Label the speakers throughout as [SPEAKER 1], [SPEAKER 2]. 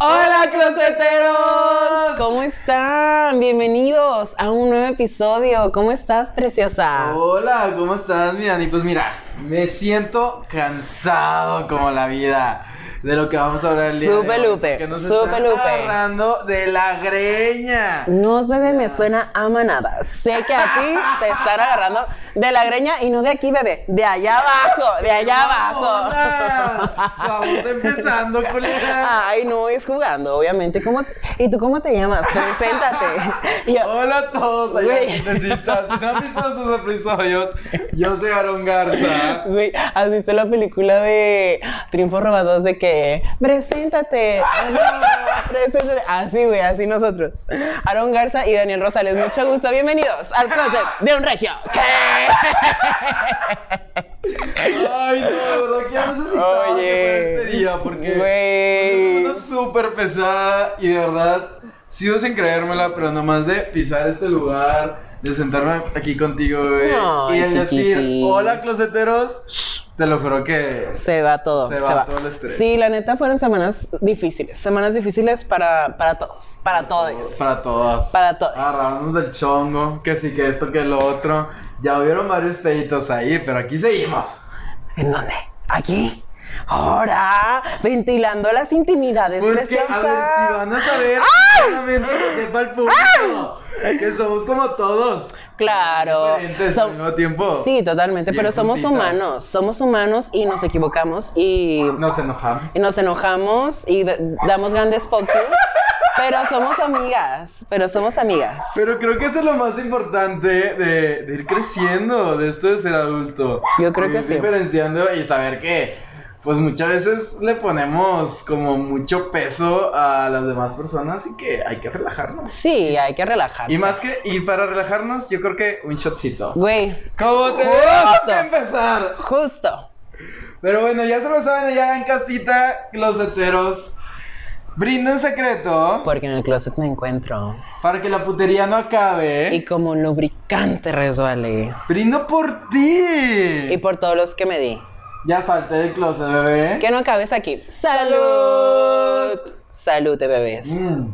[SPEAKER 1] ¡Hola, closeteros!
[SPEAKER 2] ¿Cómo están? Bienvenidos a un nuevo episodio. ¿Cómo estás, preciosa?
[SPEAKER 1] Hola, ¿cómo estás, mi Dani? Pues mira, me siento cansado como la vida de lo que vamos a hablar el día
[SPEAKER 2] Supe
[SPEAKER 1] de hoy.
[SPEAKER 2] Lupe,
[SPEAKER 1] que nos
[SPEAKER 2] supe
[SPEAKER 1] están
[SPEAKER 2] Lupe.
[SPEAKER 1] agarrando de la greña.
[SPEAKER 2] No, bebé, me suena a manada. Sé que a ti te están agarrando de la greña y no de aquí, bebé. De allá abajo, de allá abajo.
[SPEAKER 1] Hola. Vamos empezando, colega.
[SPEAKER 2] Ay, no, es jugando, obviamente. ¿Cómo te- ¿Y tú cómo te llamas? Preséntate. Y yo,
[SPEAKER 1] Hola a todos, allá
[SPEAKER 2] Güey.
[SPEAKER 1] en Citecitas. Si no han visto esos episodios, yo soy Aaron Garza.
[SPEAKER 2] Güey, ¿has visto la película de Triunfo Robados de que preséntate? Ah, preséntate. Así, güey, así nosotros. Aaron Garza y Daniel Rosales, mucho gusto. Bienvenidos al closet de un regio.
[SPEAKER 1] Ay, no, de verdad que yo necesitaba que
[SPEAKER 2] Oye.
[SPEAKER 1] fuera este día porque
[SPEAKER 2] Güey.
[SPEAKER 1] una semana súper pesada y de verdad sigo sin creérmela, pero nomás de pisar este lugar, de sentarme aquí contigo, bebé,
[SPEAKER 2] Ay,
[SPEAKER 1] y el decir,
[SPEAKER 2] chiquitín.
[SPEAKER 1] hola, closeteros, te lo juro que
[SPEAKER 2] Se va todo.
[SPEAKER 1] Se
[SPEAKER 2] Se,
[SPEAKER 1] va
[SPEAKER 2] va,
[SPEAKER 1] todo el estrés.
[SPEAKER 2] Sí, la neta fueron semanas difíciles. Semanas difíciles para, para todos. Para todos.
[SPEAKER 1] para Ah. todas.
[SPEAKER 2] Para todos.
[SPEAKER 1] Agarrarnos del chongo, que sí, que esto, que lo otro. Ya hubieron varios peditos ahí, pero aquí seguimos.
[SPEAKER 2] ¿En dónde? ¿Aquí? Ahora, ventilando las intimidades.
[SPEAKER 1] Pues que, a ver,
[SPEAKER 2] preciosa.
[SPEAKER 1] si van a saber,
[SPEAKER 2] ¡Ah!
[SPEAKER 1] solamente que sepa el público que somos como todos.
[SPEAKER 2] Claro.
[SPEAKER 1] Diferentes
[SPEAKER 2] Som-
[SPEAKER 1] al mismo tiempo.
[SPEAKER 2] Sí, totalmente,
[SPEAKER 1] Bien
[SPEAKER 2] pero somos
[SPEAKER 1] juntitas.
[SPEAKER 2] humanos, somos humanos y nos equivocamos y,
[SPEAKER 1] Nos enojamos.
[SPEAKER 2] y nos enojamos y d- damos grandes focus, pero somos amigas, pero somos amigas.
[SPEAKER 1] Pero creo que eso es lo más importante de, de ir creciendo, de esto de ser adulto.
[SPEAKER 2] Yo creo
[SPEAKER 1] De
[SPEAKER 2] que
[SPEAKER 1] ir
[SPEAKER 2] sí.
[SPEAKER 1] diferenciando y saber que, pues muchas veces le ponemos como mucho peso a las demás personas y que hay que relajarnos.
[SPEAKER 2] Sí, hay que relajarse.
[SPEAKER 1] Y más que, y para relajarnos, yo creo que un shotcito.
[SPEAKER 2] Güey,
[SPEAKER 1] ¿Cómo tenemos que
[SPEAKER 2] Justo.
[SPEAKER 1] empezar?
[SPEAKER 2] justo.
[SPEAKER 1] Pero bueno, ya se lo saben allá en casita, closeteros. Brindo un secreto
[SPEAKER 2] Porque en el closet me encuentro.
[SPEAKER 1] para que la putería no
[SPEAKER 2] Y
[SPEAKER 1] acabe.
[SPEAKER 2] como lubricante resbalé.
[SPEAKER 1] Brindo por ti.
[SPEAKER 2] Y por todos los que me di.
[SPEAKER 1] Ya salté del closet, bebé.
[SPEAKER 2] Que no cabes aquí. ¡Salud! Salud, bebés.
[SPEAKER 1] Mm.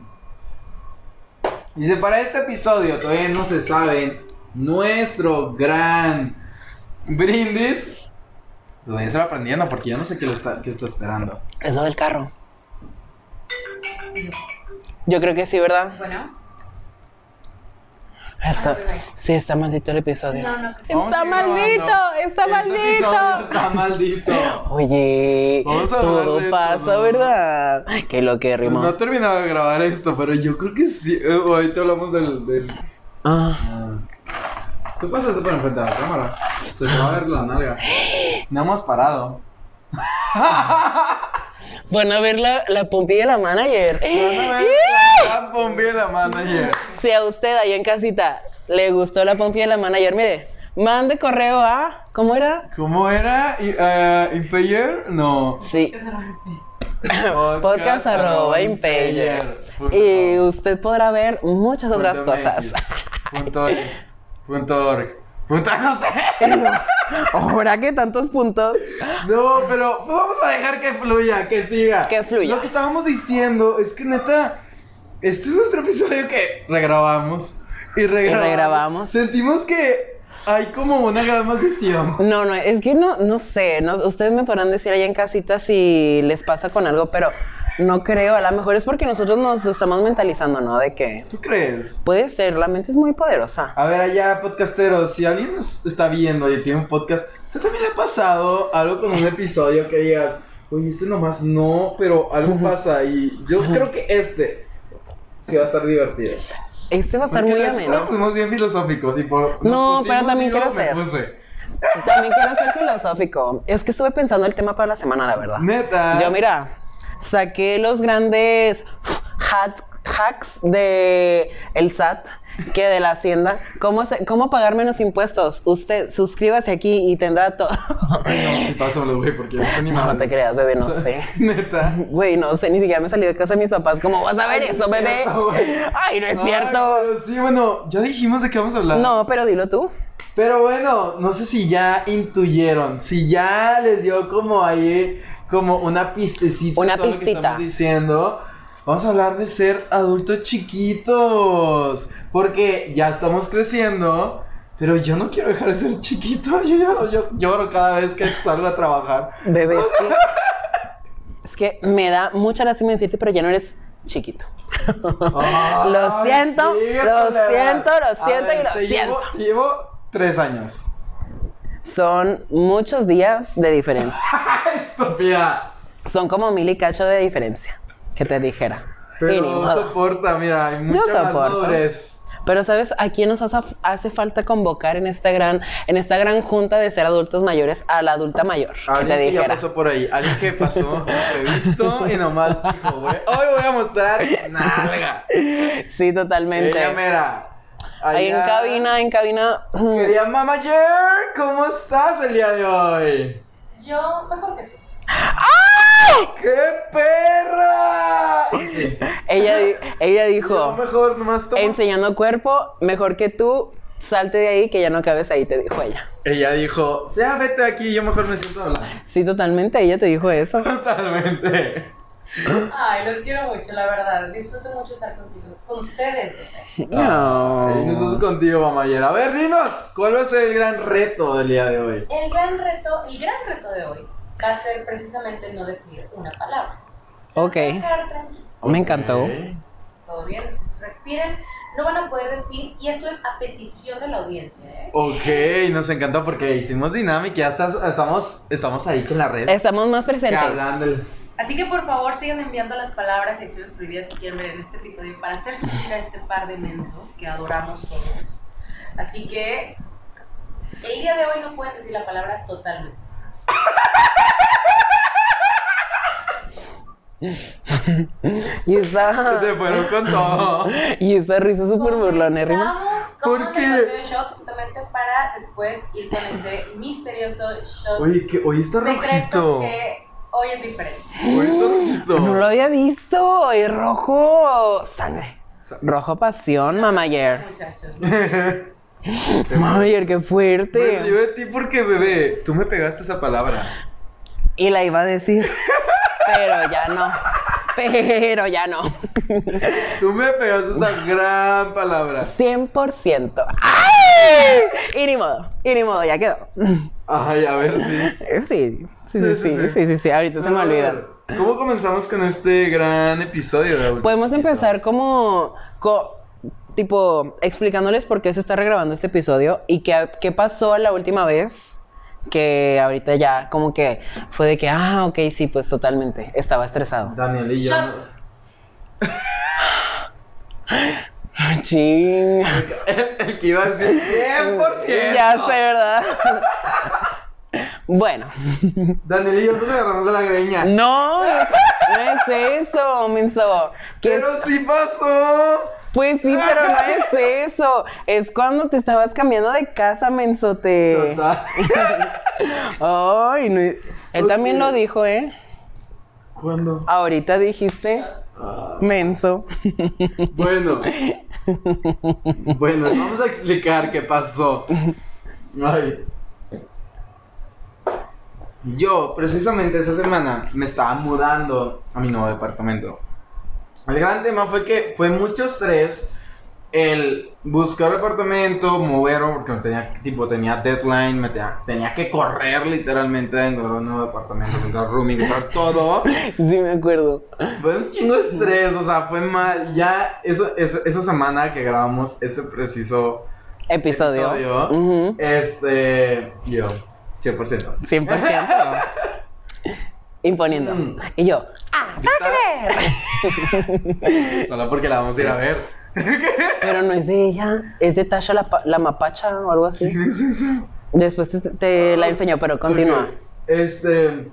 [SPEAKER 1] Dice, para este episodio, todavía no se saben, nuestro gran brindis. Todavía se va aprendiendo porque yo no sé qué, lo está, qué está esperando.
[SPEAKER 2] Eso del carro. Yo creo que sí, ¿verdad?
[SPEAKER 3] Bueno,
[SPEAKER 2] Está-
[SPEAKER 3] Ah, bebé.
[SPEAKER 2] sí, está maldito el episodio.
[SPEAKER 3] no, no. que-
[SPEAKER 1] Vamos
[SPEAKER 2] ¡Está
[SPEAKER 1] a seguir
[SPEAKER 2] maldito!
[SPEAKER 1] grabando.
[SPEAKER 2] ¡Está
[SPEAKER 1] Este
[SPEAKER 2] maldito!
[SPEAKER 1] episodio Está maldito.
[SPEAKER 2] Oye,
[SPEAKER 1] Vamos a hablar de
[SPEAKER 2] todo
[SPEAKER 1] esto,
[SPEAKER 2] pasa,
[SPEAKER 1] ¿no?
[SPEAKER 2] ¿verdad? Que lo que
[SPEAKER 1] Pues
[SPEAKER 2] rimó.
[SPEAKER 1] no terminaba de grabar esto, pero yo creo que sí. Eh, ahorita hablamos del. del...
[SPEAKER 2] Ah,
[SPEAKER 1] Tú pasas para enfrente de la cámara. Se te va a ver la nalga. No hemos parado.
[SPEAKER 2] Van a ver la, la pompi de la manager.
[SPEAKER 1] La pompi de Ah, la manager.
[SPEAKER 2] Si a usted ahí en casita le gustó la pompi de la manager, mire, mande correo a. ¿Cómo era?
[SPEAKER 1] ¿Cómo era? I- eh, ¿Impeyer? No.
[SPEAKER 2] Sí.
[SPEAKER 3] que se lo repite.
[SPEAKER 2] Podcast arroba Impeller. Y usted podrá ver muchas otras cosas.
[SPEAKER 1] Punto es. Punto org. Punto, no sé.
[SPEAKER 2] Ahora que tantos puntos.
[SPEAKER 1] No, pero vamos a dejar que fluya, que siga.
[SPEAKER 2] Que fluya.
[SPEAKER 1] Lo que estábamos diciendo es que neta, este es nuestro episodio que regrabamos y regrabamos.
[SPEAKER 2] regrabamos.
[SPEAKER 1] Sentimos que hay como una gran maldición.
[SPEAKER 2] No, no, es que no, no sé. no- ustedes me podrán decir allá en casita si les pasa con algo, pero no creo. A lo mejor es porque nosotros nos lo estamos mentalizando, ¿no? De que
[SPEAKER 1] ¿Tú crees?
[SPEAKER 2] puede ser, la mente es muy poderosa.
[SPEAKER 1] A ver, allá, podcasteros, si alguien nos está viendo y tiene un podcast, ¿se también le ha pasado algo con un episodio que digas, oye, este nomás no, pero algo pasa? Y yo creo que este sí va a estar divertido.
[SPEAKER 2] Este va a estar
[SPEAKER 1] Porque
[SPEAKER 2] muy
[SPEAKER 1] la-
[SPEAKER 2] ameno.
[SPEAKER 1] Fuimos bien filosóficos y por.
[SPEAKER 2] No,
[SPEAKER 1] nos pusimos
[SPEAKER 2] pero también
[SPEAKER 1] y yo
[SPEAKER 2] quiero
[SPEAKER 1] me
[SPEAKER 2] ser.
[SPEAKER 1] puse.
[SPEAKER 2] También quiero ser filosófico. Es que estuve pensando el tema para la semana, la verdad.
[SPEAKER 1] Neta.
[SPEAKER 2] Yo, mira, saqué los grandes hat- hacks de el SAT, que de la Hacienda. ¿Cómo, se- ¿Cómo pagar menos impuestos? Usted suscríbase aquí y tendrá todo.
[SPEAKER 1] Ay, no, sí, pásamelo, güey, porque yo no sé ni
[SPEAKER 2] No,
[SPEAKER 1] madre.
[SPEAKER 2] no te creas, bebé, no sé.
[SPEAKER 1] Neta.
[SPEAKER 2] Güey, no sé, ni siquiera me salí de casa de mis papás. ¿Cómo vas a ver
[SPEAKER 1] Ay, no
[SPEAKER 2] eso,
[SPEAKER 1] es
[SPEAKER 2] bebé?
[SPEAKER 1] cierto, güey.
[SPEAKER 2] Ay, no es cierto.
[SPEAKER 1] Ay, pero sí, bueno, ya dijimos de qué vamos a hablar.
[SPEAKER 2] No, pero dilo tú.
[SPEAKER 1] Pero bueno, no sé si ya intuyeron, si ya les dio como ahí, como una pistecita.
[SPEAKER 2] Una
[SPEAKER 1] de todo lo que
[SPEAKER 2] pistita.
[SPEAKER 1] estamos diciendo. Vamos a hablar de ser adultos chiquitos. Porque ya estamos creciendo. Pero yo no quiero dejar de ser chiquito. Yo, ya- yo lloro cada vez que salgo a trabajar.
[SPEAKER 2] Bebé, es que, es que me da mucha lástima decirte, pero ya no eres chiquito.
[SPEAKER 1] Ay,
[SPEAKER 2] Lo siento, lo
[SPEAKER 1] Soledad.
[SPEAKER 2] siento, lo
[SPEAKER 1] A
[SPEAKER 2] siento y lo
[SPEAKER 1] te llevo-
[SPEAKER 2] siento.
[SPEAKER 1] te llevo tres años.
[SPEAKER 2] Son muchos días de diferencia.
[SPEAKER 1] Estúpida.
[SPEAKER 2] Son como mil y cacho de diferencia, que te dijera. Y ni
[SPEAKER 1] Pero
[SPEAKER 2] modo.
[SPEAKER 1] soporta, mira, hay mucha más
[SPEAKER 2] soporto.
[SPEAKER 1] madurez.
[SPEAKER 2] Pero sabes, a quién nos hace, hace falta convocar en esta gran, en esta gran junta de ser adultos mayores a la adulta mayor, que te
[SPEAKER 1] Alguien que ya
[SPEAKER 2] dijera.
[SPEAKER 1] pasó por ahí, alguien que pasó previsto y nomás dijo, "Güey, hoy voy a mostrar nalga.
[SPEAKER 2] Sí, totalmente.
[SPEAKER 1] Ella mera.
[SPEAKER 2] Ahí en
[SPEAKER 1] Allá.
[SPEAKER 2] cabina, en cabina.
[SPEAKER 1] Querida Mama Jer, ¿cómo estás el día de hoy?
[SPEAKER 3] Yo mejor que tú.
[SPEAKER 1] ¡Qué perra! Y sí,
[SPEAKER 2] Ella, di- ella
[SPEAKER 1] yo
[SPEAKER 2] dijo,
[SPEAKER 1] mejor nomás toma.
[SPEAKER 2] enseñando cuerpo, mejor que tú, salte de ahí que ya no cabes ahí, te dijo ella.
[SPEAKER 1] Ella dijo, ya vete de aquí, yo mejor me siento hablando.
[SPEAKER 2] Sí, totalmente, ella te dijo eso.
[SPEAKER 1] Totalmente.
[SPEAKER 3] Ay, los quiero mucho, la verdad. Disfruto mucho estar contigo. Con ustedes, o sea.
[SPEAKER 1] Ah.
[SPEAKER 2] No.
[SPEAKER 1] Ay, nosotros contigo, Mama Jer. A ver, dinos, ¿cuál va a ser el gran reto del día de hoy?
[SPEAKER 3] El gran reto, el gran reto de hoy va a ser precisamente no decir una palabra. Se van a
[SPEAKER 2] Ok.
[SPEAKER 3] quedar tranquilos.
[SPEAKER 2] Me encantó.
[SPEAKER 1] Ok.
[SPEAKER 3] Todo bien, entonces respiren. No van a poder decir, y esto es a petición de la audiencia, ¿eh?
[SPEAKER 1] Ok, nos encanta porque hicimos dinámica, ya está- estamos, estamos ahí con la red.
[SPEAKER 2] Estamos más
[SPEAKER 1] que
[SPEAKER 2] presentes.
[SPEAKER 1] hablándoles.
[SPEAKER 3] Así que por favor sigan enviando las palabras y acciones prohibidas que quieren ver en este episodio para hacer sufrir a este par de mensos que adoramos todos. Así que el día de hoy no pueden decir la palabra totalmente.
[SPEAKER 2] Y esa,
[SPEAKER 1] Se fueron con todo.
[SPEAKER 2] y esa risa súper burlonérrima.
[SPEAKER 3] Comenzamos
[SPEAKER 1] ¿Por
[SPEAKER 3] con
[SPEAKER 1] qué?
[SPEAKER 3] el conteo de shots justamente para después ir con ese misterioso shot
[SPEAKER 1] Oye, que hoy está
[SPEAKER 3] secreto
[SPEAKER 1] rojito.
[SPEAKER 3] que hoy es diferente.
[SPEAKER 1] Hoy está rojito.
[SPEAKER 2] No lo había visto. Es rojo sangre.
[SPEAKER 1] Sa-
[SPEAKER 2] Rojo pasión, mamayer.
[SPEAKER 3] Muchachos,
[SPEAKER 2] Mamayer, qué
[SPEAKER 1] Me río
[SPEAKER 2] fuerte.
[SPEAKER 1] de ti porque, bebé, tú me pegaste esa palabra.
[SPEAKER 2] Y la iba a decir. Pero ya no. Pero ya no.
[SPEAKER 1] Tú me pegaste esa gran palabra.
[SPEAKER 2] 100%. ¡Ay! Y ni modo. Y ni modo, ya quedó.
[SPEAKER 1] Ay, a ver si.
[SPEAKER 2] Eh, Sí. Sí, sí, sí, sí, sí, sí, ahorita se me olvida.
[SPEAKER 1] ¿Cómo comenzamos con este gran episodio de Adultos
[SPEAKER 2] Podemos
[SPEAKER 1] Chiquitos?
[SPEAKER 2] empezar como, co- tipo, explicándoles por qué se está regrabando este episodio y qué, qué pasó la última vez que ahorita ya como que fue de que, ah, ok, sí, pues totalmente, estaba estresado.
[SPEAKER 1] Daniel y yo.
[SPEAKER 3] Shot.
[SPEAKER 2] Ching.
[SPEAKER 1] El, el que iba a decir 100%.
[SPEAKER 2] Ya sé, ¿verdad? bueno,
[SPEAKER 1] Daniel y yo nos agarramos de la greña.
[SPEAKER 2] no, no es eso, menso. Que-
[SPEAKER 1] Pero sí pasó.
[SPEAKER 2] Pues sí, pero no es eso. Es cuando te estabas cambiando de casa, mensote.
[SPEAKER 1] Total.
[SPEAKER 2] Ay, no- él también lo dijo, ¿eh?
[SPEAKER 1] ¿Cuándo?
[SPEAKER 2] Ahorita dijiste
[SPEAKER 1] Ah,
[SPEAKER 2] menso.
[SPEAKER 1] bueno. Bueno, vamos a explicar qué pasó. Ay. Yo, precisamente esa semana, me estaba mudando a mi nuevo departamento. El gran tema fue que fue mucho estrés el buscar departamento, moverlo, porque no tenía, tipo, tenía deadline, me tenía, tenía que correr literalmente a encontrar un nuevo departamento, encontrar rooming, encontrar todo.
[SPEAKER 2] Sí, me acuerdo.
[SPEAKER 1] Fue un chingo de estrés, o sea, fue mal. Ya, eso, eso- esa semana que grabamos este preciso,
[SPEAKER 2] Episodio.
[SPEAKER 1] Episodio.
[SPEAKER 2] Ujú.
[SPEAKER 1] este, yo, 100%.
[SPEAKER 2] 100%. Imponiendo.
[SPEAKER 1] Mm.
[SPEAKER 2] Y yo, ¡ah, va a creer!
[SPEAKER 1] Solo porque la vamos a ir a ver.
[SPEAKER 2] Pero no es de ella, es de Tasha la, pa- la mapacha o algo así.
[SPEAKER 1] ¿Quién es eso?
[SPEAKER 2] Después te, te la enseñó, pero continúa.
[SPEAKER 1] Porque, Este,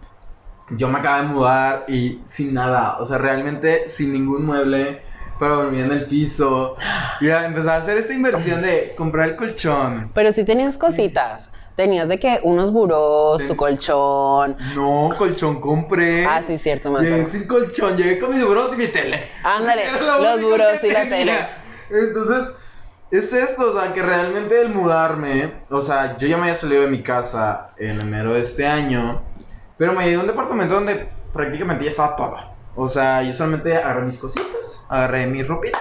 [SPEAKER 1] yo me acabo de mudar y sin nada, o sea, realmente sin ningún mueble, pero dormía en el piso. Y a empezar a hacer esta inversión de comprar el colchón.
[SPEAKER 2] Pero sí tenías cositas. Tenías de que unos burós, tu
[SPEAKER 1] Ten-
[SPEAKER 2] colchón.
[SPEAKER 1] No, colchón compré.
[SPEAKER 2] Ah, sí, cierto, me
[SPEAKER 1] Llegué
[SPEAKER 2] acuerdo.
[SPEAKER 1] sin colchón, llegué con mis buros y mi tele.
[SPEAKER 2] Ándale,
[SPEAKER 1] Era lo
[SPEAKER 2] los
[SPEAKER 1] único
[SPEAKER 2] buros
[SPEAKER 1] que
[SPEAKER 2] y la tele.
[SPEAKER 1] tenía. Entonces, es esto, o sea, que realmente el mudarme, o sea, yo ya me había salido de mi casa en enero de este año, pero me llegué a un departamento donde prácticamente ya estaba todo. O sea, yo solamente agarré mis cositas, agarré mi ropita,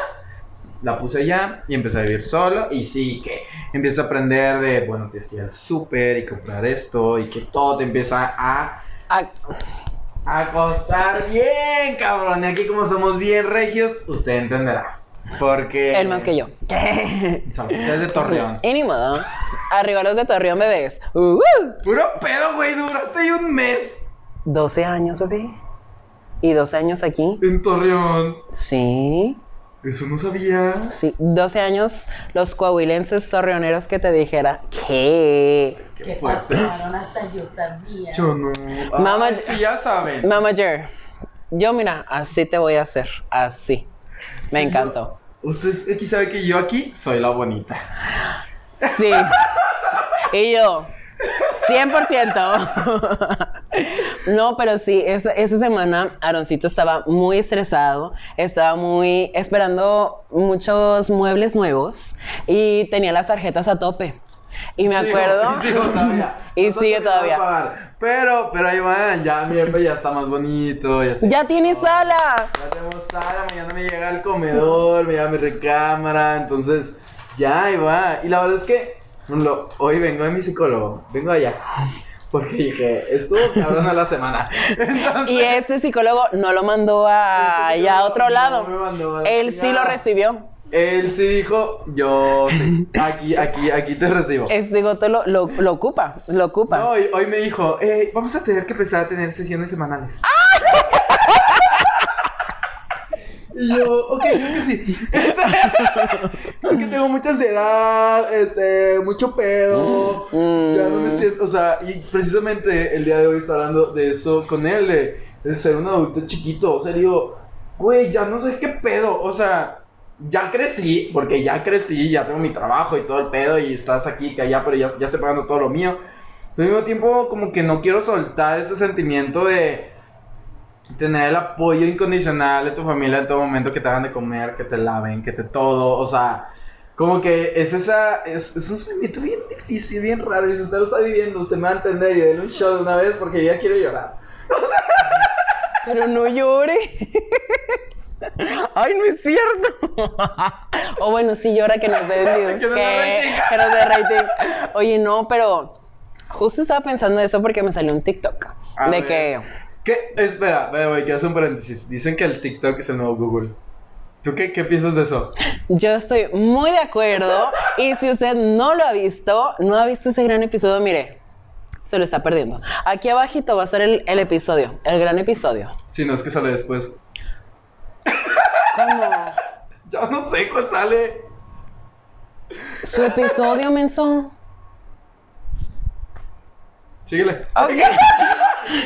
[SPEAKER 1] la puse allá y empecé a vivir solo. Y sí, que empieza a aprender de, bueno, tienes que ir al súper y comprar esto y que todo te empieza a,
[SPEAKER 2] Ah,
[SPEAKER 1] a costar bien, cabrón. Y aquí como somos bien regios, usted entenderá. Porque...
[SPEAKER 2] él más que yo.
[SPEAKER 1] Somos es de Torreón.
[SPEAKER 2] Y ni modo. Arriba los de Torreón, bebés. Uh, uh.
[SPEAKER 1] Puro pedo, güey, duraste ahí un mes
[SPEAKER 2] 12 años, bebé. ¿Y 12 años aquí?
[SPEAKER 1] en Torreón.
[SPEAKER 2] Sí.
[SPEAKER 1] Eso no sabía.
[SPEAKER 2] Sí, 12 años los coahuilenses torreoneros que te dijera, ¿qué?
[SPEAKER 3] ¿Qué pasaron? Hasta yo sabía.
[SPEAKER 1] Yo no.
[SPEAKER 2] Mamá-
[SPEAKER 1] Ay, sí, ya saben.
[SPEAKER 2] Mama Jer, yo mira, así te voy a hacer, así. Me
[SPEAKER 1] Sí,
[SPEAKER 2] encantó.
[SPEAKER 1] Ustedes aquí saben que yo aquí soy la bonita.
[SPEAKER 2] Sí. Y yo, 100%. No, pero sí, esa, esa semana Aroncito estaba muy estresado, estaba muy esperando muchos muebles nuevos y tenía las tarjetas a tope. Y me
[SPEAKER 1] Sigo,
[SPEAKER 2] acuerdo...
[SPEAKER 1] Y sigo todavía.
[SPEAKER 2] Y
[SPEAKER 1] No sé
[SPEAKER 2] sigue
[SPEAKER 1] por qué me van a
[SPEAKER 2] todavía.
[SPEAKER 1] pagar. Pero, pero ahí van, ya mi jefe ya está más bonito. Ya, se-
[SPEAKER 2] ¡Ya tiene sala!
[SPEAKER 1] Ya tenemos sala, mañana me llega el comedor, me llega mi recámara, entonces ya ahí va. Y la verdad es que por ejemplo, hoy vengo de mi psicólogo, vengo allá. Porque dije, estuvo cabrona la semana. Entonces,
[SPEAKER 2] Y este psicólogo no lo mandó a,
[SPEAKER 1] Este
[SPEAKER 2] allá a otro
[SPEAKER 1] psicólogo no
[SPEAKER 2] lado.
[SPEAKER 1] me mandó a la
[SPEAKER 2] Él sí lo
[SPEAKER 1] chingada.
[SPEAKER 2] recibió.
[SPEAKER 1] él sí dijo, yo sí, aquí, aquí, aquí te recibo.
[SPEAKER 2] Este digo, lo, lo, lo ocupa, lo ocupa.
[SPEAKER 1] No, hoy, hoy me dijo, "Eh, vamos a tener que empezar a tener sesiones semanales. Y yo, ok, creo que sí. Porque tengo mucha ansiedad, este, mucho pedo.
[SPEAKER 2] Mm.
[SPEAKER 1] Ya no me siento, o sea, y precisamente el día de hoy está hablando de eso con él, de, de ser un adulto chiquito. O sea, digo, güey, ya no sé qué pedo, o sea, ya crecí, porque ya crecí, ya tengo mi trabajo y todo el pedo, y estás aquí, que allá, pero ya, ya estoy pagando todo lo mío. Pero al mismo tiempo, como que no quiero soltar ese sentimiento de tener el apoyo incondicional de tu familia en todo momento, que te hagan de comer, que te laven, que te todo, o sea... Como que es esa. Es, es un sentimiento bien difícil, bien raro. Y si usted lo está viviendo, usted me va a entender y denle un shot de una vez porque yo ya quiero llorar.
[SPEAKER 2] Pero no llores. Ay, no es cierto. o bueno, sí llora que nos dé views,
[SPEAKER 1] Que nos dé rating.
[SPEAKER 2] que nos dé rating. Oye, no, pero justo estaba pensando eso porque me salió un TikTok.
[SPEAKER 1] A
[SPEAKER 2] de
[SPEAKER 1] ver.
[SPEAKER 2] que.
[SPEAKER 1] ¿Qué? Espera, by the way, que hace un paréntesis. Dicen que el TikTok es el nuevo Google. ¿Tú qué, qué piensas de eso?
[SPEAKER 2] Yo estoy muy de acuerdo. Y si usted no lo ha visto, no ha visto ese gran episodio, mire, se lo está perdiendo. Aquí abajito va a estar el, el episodio, el gran episodio.
[SPEAKER 1] Si no es que sale después.
[SPEAKER 2] ¿Cómo?
[SPEAKER 1] Ya no sé cuál sale.
[SPEAKER 2] Su episodio, menso.
[SPEAKER 1] Síguele.
[SPEAKER 2] Ok.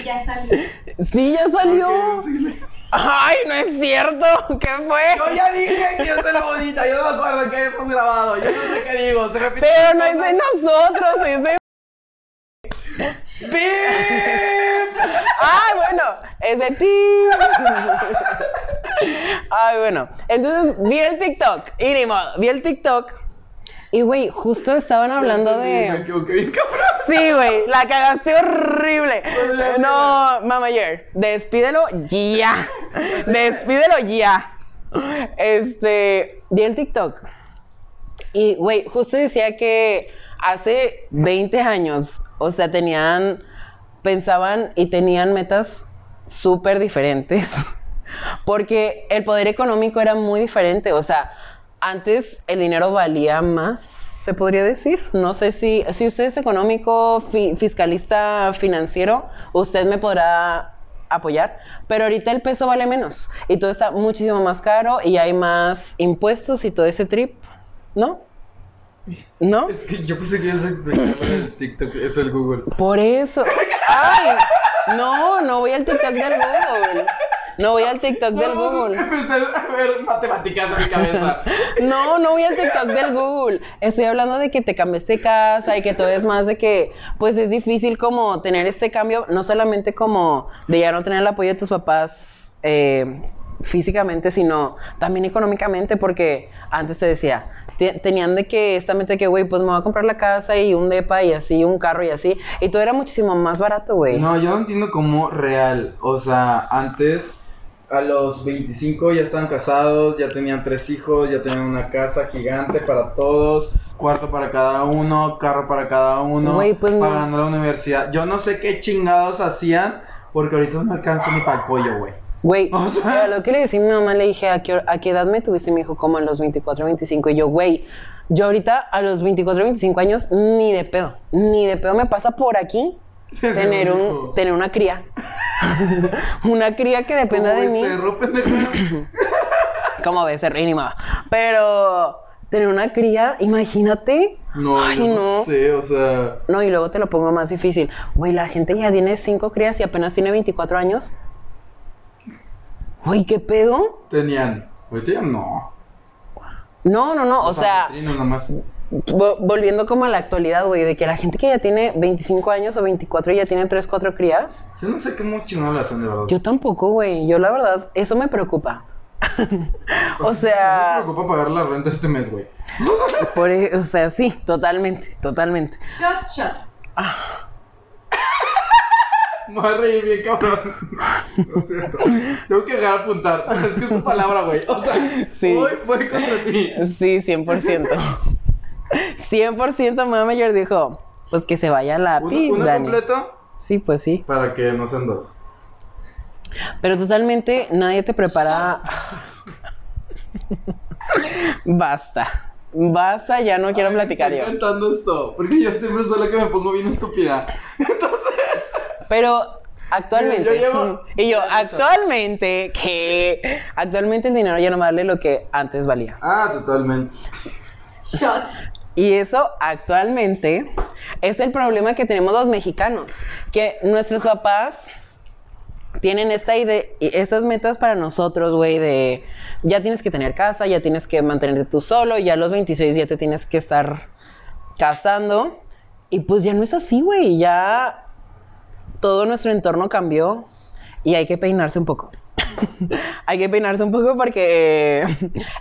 [SPEAKER 3] Y ya salí.
[SPEAKER 2] Sí, ya salió.
[SPEAKER 1] Ok, síguele.
[SPEAKER 2] Ay, no es cierto. ¿Qué fue?
[SPEAKER 1] Yo ya dije que yo soy la bonita. Yo no me acuerdo que hemos grabado. Yo no sé qué digo. Se repite.
[SPEAKER 2] Pero no es de nosotros, es de...
[SPEAKER 1] ¡Pip!
[SPEAKER 2] Ah, bueno, es de ti. Ay, bueno. Entonces vi el TikTok. Y ni modo, vi el TikTok. Y, güey, justo estaban hablando
[SPEAKER 1] Me
[SPEAKER 2] de...
[SPEAKER 1] equivoqué bien, cabrón.
[SPEAKER 2] Sí, güey, la cagaste horrible. No, Mama Jer, despídelo ya. Despídelo ya. Este, vi el TikTok. Y, güey, justo decía que hace 20 años, o sea, tenían, pensaban y tenían metas súper diferentes. Porque el poder económico era muy diferente. O sea, antes el dinero valía más, se podría decir. No sé si, si usted es económico, fi- fiscalista financiero, usted me podrá apoyar, pero ahorita el peso vale menos y todo está muchísimo más caro y hay más impuestos y todo ese trip, ¿no? ¿No?
[SPEAKER 1] Es que yo pensé que ibas a explicar lo del TikTok, es el Google.
[SPEAKER 2] Por eso. ¡Ay! No, no voy al TikTok del Google. No voy al TikTok del Google.
[SPEAKER 1] Empecé a ver matemáticas en mi cabeza.
[SPEAKER 2] No, no voy al TikTok del Google. Estoy hablando de que te cambiaste de casa y que todo es más de que, pues es difícil como tener este cambio, no solamente como de ya no tener el apoyo de tus papás eh, físicamente, sino también económicamente, porque antes te decía, te- tenían de que esta mente de que, güey, pues me voy a comprar la casa y un depa y así, un carro y así, y todo era muchísimo más barato, güey.
[SPEAKER 1] No, yo no entiendo cómo real. O sea, antes, a los 25 ya estaban casados, ya tenían tres hijos, ya tenían una casa gigante para todos, cuarto para cada uno, carro para cada uno,
[SPEAKER 2] Güey, pues, no.
[SPEAKER 1] pagando la universidad. Yo no sé qué chingados hacían porque ahorita no alcanza ni para el pollo, güey.
[SPEAKER 2] Güey,
[SPEAKER 1] O sea-
[SPEAKER 2] pero lo que le decía a mi mamá, le dije, ¿a qué, hor- a qué edad me tuviste? Y me dijo, como a los 24, 25. Y yo, güey, yo ahorita a los 24, 25 años, ni de pedo, ni de pedo me pasa por aquí tener,
[SPEAKER 1] hijo.
[SPEAKER 2] un, tener una cría. una cría que dependa
[SPEAKER 1] Como
[SPEAKER 2] de
[SPEAKER 1] el
[SPEAKER 2] mí.
[SPEAKER 1] cerro, pendejo.
[SPEAKER 2] Como ves, se ríe ni mamá. Pero tener una cría, imagínate.
[SPEAKER 1] No,
[SPEAKER 2] Ay,
[SPEAKER 1] yo no.
[SPEAKER 2] no.
[SPEAKER 1] sé, o sea.
[SPEAKER 2] No, y luego te lo pongo más difícil. Güey, la gente ya tiene cinco crías y apenas tiene 24 años. Güey, ¿qué pedo?
[SPEAKER 1] Tenían. Ahorita ya no.
[SPEAKER 2] No, no, no, o sea,
[SPEAKER 1] Petrino nomás.
[SPEAKER 2] vo- volviendo como a la actualidad, güey, de que la gente que ya tiene 25 años o 24 y ya tiene 3, 4 crías.
[SPEAKER 1] Yo no sé cómo chingados la hacen, de verdad.
[SPEAKER 2] Yo tampoco, güey, yo la verdad, eso me preocupa. o sea,
[SPEAKER 1] No me preocupa pagar la renta este mes, güey.
[SPEAKER 2] por, e- o sea, sí, totalmente, totalmente.
[SPEAKER 3] Shot, shot.
[SPEAKER 1] Me voy a reír bien, cabrón. Lo siento. Tengo que dejar de apuntar. Es que es tu palabra, güey. O sea,
[SPEAKER 2] Sí.
[SPEAKER 1] voy, voy contra ti.
[SPEAKER 2] Sí, 100%. 100% mamá mayor dijo, pues que se vaya la pi,
[SPEAKER 1] Uno, uno
[SPEAKER 2] Dani.
[SPEAKER 1] completo
[SPEAKER 2] Sí, pues sí.
[SPEAKER 1] para que no sean dos.
[SPEAKER 2] Pero totalmente nadie te prepara. Basta. Basta, ya no quiero platicar
[SPEAKER 1] Estoy
[SPEAKER 2] yo.
[SPEAKER 1] cantando esto, porque yo siempre soy la que me pongo bien estúpida. Entonces,
[SPEAKER 2] Pero actualmente.
[SPEAKER 1] Yo llevo-
[SPEAKER 2] y yo,
[SPEAKER 1] Eso.
[SPEAKER 2] actualmente, que actualmente el dinero ya no vale lo que antes valía.
[SPEAKER 1] ah, totalmente.
[SPEAKER 3] Shot.
[SPEAKER 2] Y eso actualmente es el problema que tenemos los mexicanos, que nuestros papás tienen esta ide- y estas metas para nosotros, güey, de ya tienes que tener casa, ya tienes que mantenerte tú solo, ya a los 26 ya te tienes que estar casando. Y pues ya no es así, güey, ya todo nuestro entorno cambió y hay que peinarse un poco. hay que peinarse un poco porque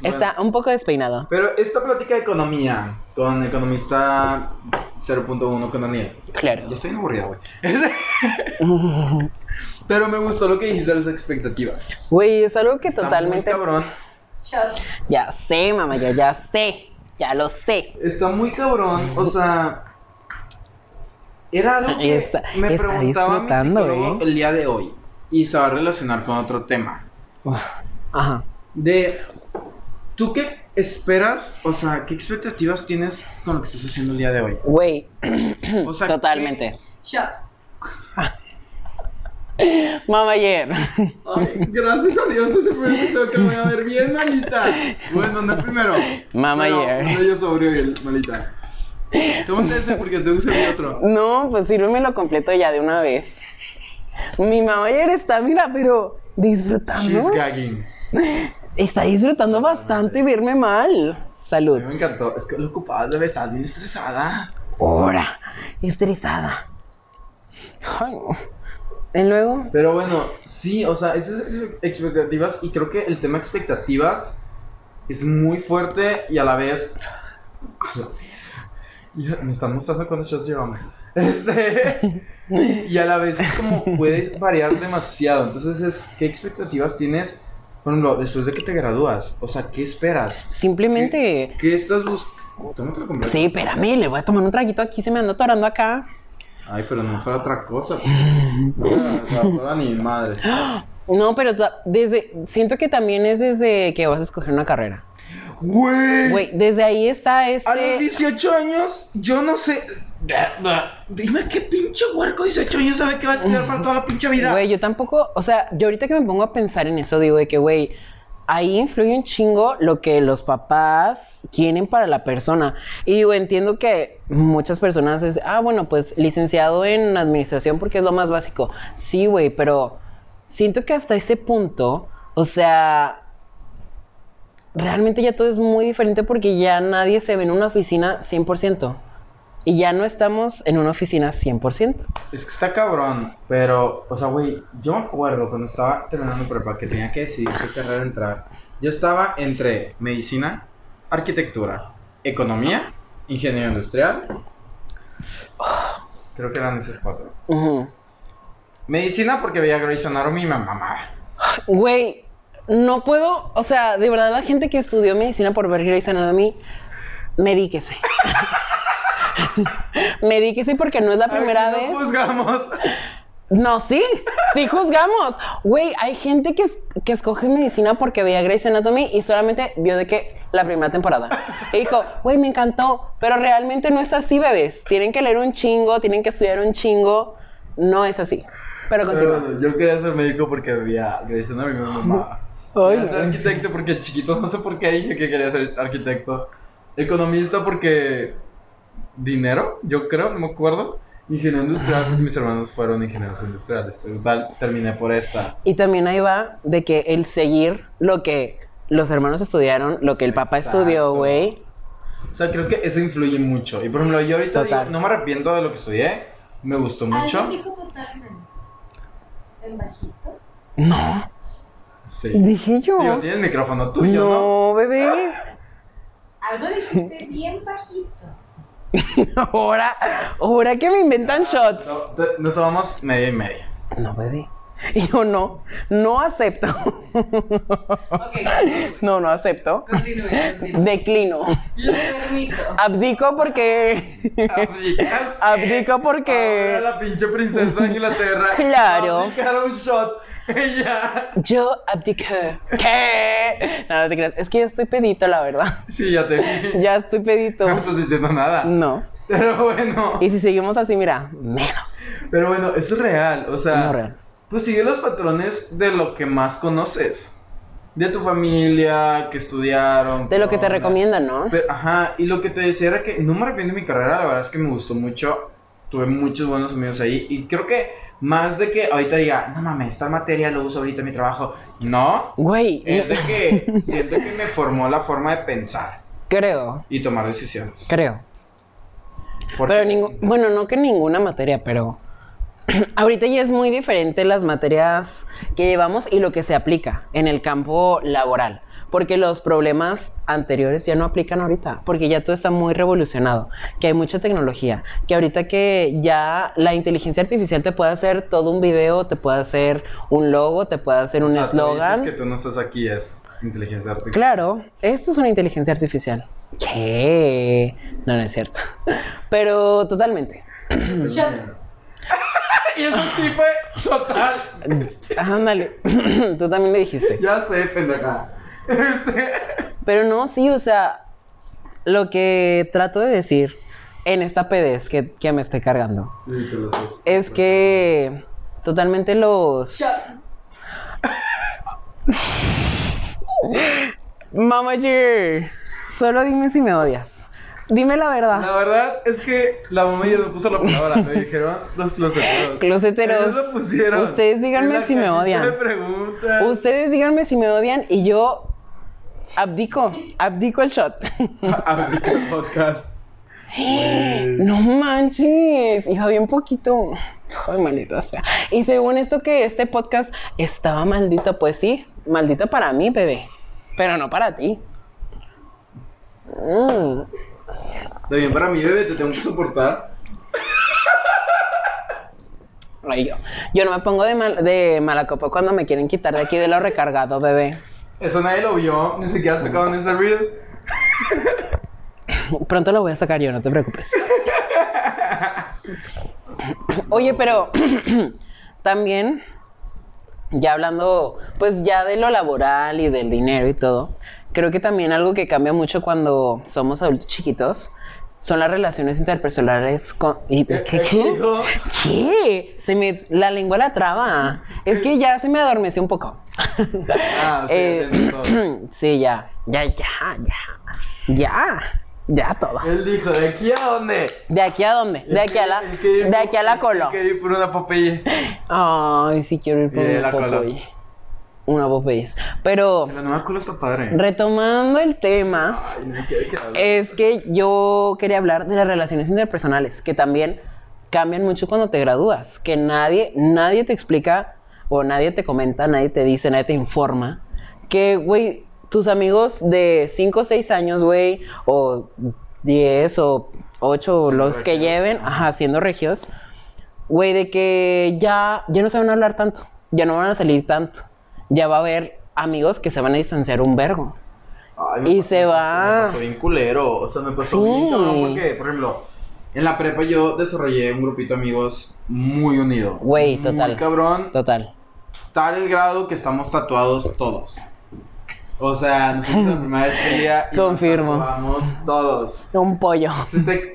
[SPEAKER 2] está un poco despeinado.
[SPEAKER 1] Pero esta plática de economía con economista 0.1 con Daniel.
[SPEAKER 2] Claro.
[SPEAKER 1] Yo estoy bien aburrido, güey. Pero me gustó lo que dijiste de las expectativas. Está
[SPEAKER 2] Güey, es algo que
[SPEAKER 1] muy
[SPEAKER 2] totalmente.
[SPEAKER 1] cabrón.
[SPEAKER 3] Shot.
[SPEAKER 2] Ya sé, mamá, ya, ya sé. Ya lo sé.
[SPEAKER 1] Está muy cabrón, o sea. Era algo que
[SPEAKER 2] Está-
[SPEAKER 1] me
[SPEAKER 2] está
[SPEAKER 1] preguntaba mi
[SPEAKER 2] disfrutando,
[SPEAKER 1] psicólogo
[SPEAKER 2] ¿eh?
[SPEAKER 1] el día de hoy. Y se va a relacionar con otro tema.
[SPEAKER 2] Ajá.
[SPEAKER 1] De. ¿Tú qué esperas? O sea, ¿qué expectativas tienes con lo que estás haciendo el día de hoy?
[SPEAKER 2] Güey,
[SPEAKER 1] O sea,
[SPEAKER 2] totalmente.
[SPEAKER 3] Shot.
[SPEAKER 2] Mamá, ayer.
[SPEAKER 1] ¿qué- Ay, gracias a Dios, ese primer episodio que me voy a ver bien, manita. Bueno, no el primero.
[SPEAKER 2] Mamá,
[SPEAKER 1] pero
[SPEAKER 2] ayer.
[SPEAKER 1] uno yo sobrio y el malita. Tómate ese porque tengo que servir otro.
[SPEAKER 2] No, pues sírvemelo completo ya de una vez. Mi mamá ayer está, mira, pero disfrutando.
[SPEAKER 1] She's gagging.
[SPEAKER 2] Está disfrutando bastante verme mal.
[SPEAKER 1] A
[SPEAKER 2] Salud.
[SPEAKER 1] mí me encantó. Es que lo ocupado, debe estar bien estresada.
[SPEAKER 2] Ahora, estresada. Ay, no. Y luego,
[SPEAKER 1] Pero bueno, sí, o sea, esas ex- expectativas, y creo que el tema expectativas es muy fuerte y a la vez. a la- Ya, me están mostrando cuántos shots llevamos. Este. Y a la vez es como puedes variar demasiado. Entonces, es, ¿qué expectativas tienes? Por ejemplo, después de que te gradúas, o sea, ¿qué esperas?
[SPEAKER 2] simplemente.
[SPEAKER 1] ¿Qué estás buscando? Tómatelo completo.
[SPEAKER 2] Sí, espérame, le voy a tomar un traguito aquí, se me anda atorando acá.
[SPEAKER 1] Ay, pero no fuera otra cosa. Ahora ni madre.
[SPEAKER 2] No, pero ta- desde siento que también es desde que vas a escoger una carrera.
[SPEAKER 1] Güey.
[SPEAKER 2] Güey, desde ahí está
[SPEAKER 1] A los
[SPEAKER 2] este
[SPEAKER 1] 18 años, yo no sé. Dime qué pinche huerco 18 años sabe que va a estudiar para toda la pinche vida.
[SPEAKER 2] Güey, yo tampoco, o sea, yo ahorita que me pongo a pensar en eso digo de que güey, ahí influye un chingo lo que los papás quieren para la persona. Y digo, entiendo que muchas personas es, ah, bueno, pues licenciado en administración porque es lo más básico. Sí, güey, pero siento que hasta ese punto, o sea, realmente ya todo es muy diferente porque ya nadie se ve en una oficina 100%. Y ya no estamos en una oficina 100%.
[SPEAKER 1] Es que está cabrón, pero, o sea, güey, yo me acuerdo cuando estaba terminando prepa que tenía que decidir qué carrera entrar. Yo estaba entre medicina, arquitectura, economía, ingeniero industrial. Creo que eran esas cuatro.
[SPEAKER 2] Ujú.
[SPEAKER 1] Medicina porque veía Grey's Anatomy y me mamaba.
[SPEAKER 2] Güey, no puedo, o sea, de verdad la gente que estudió medicina por ver Grey's Anatomy, medíquese. medíquese porque no es la primera
[SPEAKER 1] Ay, que
[SPEAKER 2] vez.
[SPEAKER 1] No juzgamos.
[SPEAKER 2] No, sí, sí juzgamos. Güey, hay gente que, es- que escoge medicina porque veía Grey's Anatomy y solamente vio de que la primera temporada. Y dijo, güey, me encantó, pero realmente no es así, bebés. Tienen que leer un chingo, tienen que estudiar un chingo. No es así. Pero
[SPEAKER 1] Pero
[SPEAKER 2] continúa.
[SPEAKER 1] bueno, yo quería ser médico porque había Grey's Anatomy, mi mamá.
[SPEAKER 2] Ay,
[SPEAKER 1] Quería ser
[SPEAKER 2] no.
[SPEAKER 1] arquitecto porque chiquito, no sé por qué dije que quería ser arquitecto. Economista porque dinero, yo creo, no me acuerdo. Ingeniero industrial, porque mis hermanos fueron ingenieros industriales. Total, terminé por esta.
[SPEAKER 2] Y también ahí va de que el seguir lo que los hermanos estudiaron, lo que el papá
[SPEAKER 1] Exacto.
[SPEAKER 2] estudió, güey.
[SPEAKER 1] O sea, creo que eso influye mucho. Y por ejemplo, yo ahorita
[SPEAKER 2] Total.
[SPEAKER 1] digo, no me arrepiento de lo que estudié. Me gustó mucho.
[SPEAKER 3] Alguien dijo totalmente. En bajito.
[SPEAKER 2] No,
[SPEAKER 1] Sí.
[SPEAKER 2] dije yo.
[SPEAKER 1] Digo, tienes micrófono tuyo, ¿no?
[SPEAKER 2] No, bebé.
[SPEAKER 3] Algo dijiste bien bajito.
[SPEAKER 2] Ahora, ahora que me inventan shots.
[SPEAKER 1] No, te- Nos vamos media y media.
[SPEAKER 2] No, bebé. Y yo no, no acepto.
[SPEAKER 3] Ok,
[SPEAKER 2] No, no acepto.
[SPEAKER 3] continúe, continúe.
[SPEAKER 2] Declino.
[SPEAKER 3] Lo permito.
[SPEAKER 2] Abdico porque.
[SPEAKER 1] Abdicas.
[SPEAKER 2] Abdico
[SPEAKER 1] Ahora
[SPEAKER 2] porque.
[SPEAKER 1] la pinche princesa de Inglaterra.
[SPEAKER 2] Claro.
[SPEAKER 1] Abdicar un shot. ya.
[SPEAKER 2] Yo abdiqué. ¿Qué? No, no te creas. Es que ya estoy pedito, la verdad.
[SPEAKER 1] Sí, ya te vi.
[SPEAKER 2] Ya estoy pedito.
[SPEAKER 1] No estás diciendo nada.
[SPEAKER 2] No.
[SPEAKER 1] Pero bueno.
[SPEAKER 2] Y si seguimos así, mira, menos.
[SPEAKER 1] Pero bueno, es real. O sea,
[SPEAKER 2] No, real.
[SPEAKER 1] pues sigue los patrones de lo que más conoces. De tu familia, que estudiaron.
[SPEAKER 2] De lo que te
[SPEAKER 1] qué onda.
[SPEAKER 2] recomiendan, ¿no?
[SPEAKER 1] Pero, ajá, y lo que te decía era que no me arrepiento de mi carrera, la verdad es que me gustó mucho. Tuve muchos buenos amigos ahí y creo que más de que ahorita diga, no mames, esta materia lo uso ahorita en mi trabajo. No,
[SPEAKER 2] Güey,
[SPEAKER 1] es Eh, de que siento que me formó la forma de pensar
[SPEAKER 2] creo,
[SPEAKER 1] y tomar decisiones.
[SPEAKER 2] creo.
[SPEAKER 1] Porque-
[SPEAKER 2] Pero ningún, bueno, no que ninguna materia, pero ahorita ya es muy diferente las materias que llevamos y lo que se aplica en el campo laboral, porque los problemas anteriores ya no aplican ahorita, porque ya todo está muy revolucionado, que hay mucha tecnología, que ahorita que ya la inteligencia artificial te puede hacer todo un video, te puede hacer un logo, te puede hacer
[SPEAKER 1] O
[SPEAKER 2] un
[SPEAKER 1] sea, tú dices
[SPEAKER 2] eslogan.
[SPEAKER 1] que tú no estás aquí es inteligencia artificial.
[SPEAKER 2] Claro, esto es una inteligencia artificial. ¿Qué? No, no es cierto. Pero totalmente. Mm.
[SPEAKER 3] Shot.
[SPEAKER 1] y eso sí fue total.
[SPEAKER 2] Este. Ah, Ándale, tú también le dijiste.
[SPEAKER 1] Ya sé, pendeja.
[SPEAKER 2] Pero no, sí, o sea, lo que trato de decir en esta PDS que, que me estoy cargando
[SPEAKER 1] Sí, te lo sé.
[SPEAKER 2] es que totalmente los...
[SPEAKER 3] Shot.
[SPEAKER 2] Mama Jer, solo dime si me odias. Dime la verdad.
[SPEAKER 1] La verdad es que la mamá ya le puso la palabra, me dijeron los closeteros.
[SPEAKER 2] Closeteros.
[SPEAKER 1] Ellos lo pusieron.
[SPEAKER 2] Ustedes díganme
[SPEAKER 1] En la
[SPEAKER 2] si me
[SPEAKER 1] cajita
[SPEAKER 2] odian.
[SPEAKER 1] Me preguntan.
[SPEAKER 2] Ustedes díganme si me odian y yo abdico, abdico el shot.
[SPEAKER 1] Abdica el podcast.
[SPEAKER 2] no manches, iba bien poquito. Ay, maldita sea. Y según esto que este podcast estaba maldito, pues sí, maldito para mí, bebé, pero no para ti. Mm,
[SPEAKER 1] Está bien, para mi bebé te tengo que soportar.
[SPEAKER 2] ay, yo, yo no me pongo de, mal- de mala copa cuando me quieren quitar de aquí de lo recargado, bebé.
[SPEAKER 1] Eso nadie lo vio, ni siquiera sacaron ese reel.
[SPEAKER 2] Pronto lo voy a sacar yo, no te preocupes. Oye, pero también, ya hablando, pues ya de lo laboral y del dinero y todo, creo que también algo que cambia mucho cuando somos adultos chiquitos son las relaciones interpersonales con... ¿Y de qué? ¿Qué?
[SPEAKER 1] Dijo,
[SPEAKER 2] ¿Qué? Se me... La lengua la traba. Es que ya se me adormeció un poco.
[SPEAKER 1] Ah, sí,
[SPEAKER 2] Eh,
[SPEAKER 1] entiendo todo.
[SPEAKER 2] sí, ya. Ya, ya, ya. Ya. Ya todo.
[SPEAKER 1] Él dijo, ¿de aquí a dónde?
[SPEAKER 2] ¿De aquí a dónde? De aquí a la,
[SPEAKER 1] Él quería ir
[SPEAKER 2] de
[SPEAKER 1] por-
[SPEAKER 2] aquí a la colo.
[SPEAKER 1] él quería ir por una popeye.
[SPEAKER 2] Ay, sí quiero ir por
[SPEAKER 1] Y de
[SPEAKER 2] una
[SPEAKER 1] la colo.
[SPEAKER 2] Popeye. Una Popeye. Pero
[SPEAKER 1] La nueva colo está padre.
[SPEAKER 2] retomando el tema,
[SPEAKER 1] Ay, no quiere que hable.
[SPEAKER 2] es que yo quería hablar de las relaciones interpersonales, que también cambian mucho cuando te gradúas, que nadie, nadie te explica o nadie te comenta, nadie te dice, nadie te informa, que, güey, tus amigos de 5 o 6 años, güey, o 10 o 8, o
[SPEAKER 1] Siendo
[SPEAKER 2] los que
[SPEAKER 1] regios.
[SPEAKER 2] lleven, ajá, siendo regios, güey, de que ya, ya no se van a hablar tanto, ya no van a salir tanto, ya va a haber amigos que se van a distanciar un vergo.
[SPEAKER 1] Ay,
[SPEAKER 2] Y
[SPEAKER 1] pasó-
[SPEAKER 2] se
[SPEAKER 1] me
[SPEAKER 2] va.
[SPEAKER 1] pasó bien culero. O sea, me pasó
[SPEAKER 2] Sí.
[SPEAKER 1] bien cabrón porque, por ejemplo, en la prepa yo desarrollé un grupito de amigos muy unido.
[SPEAKER 2] Güey,
[SPEAKER 1] Muy
[SPEAKER 2] total.
[SPEAKER 1] cabrón.
[SPEAKER 2] Total.
[SPEAKER 1] Tal el grado que estamos tatuados todos. O sea, nos fuimos a la primera despedida y nos
[SPEAKER 2] Confirmo.
[SPEAKER 1] tatuamos todos.
[SPEAKER 2] Un pollo.
[SPEAKER 1] Si usted,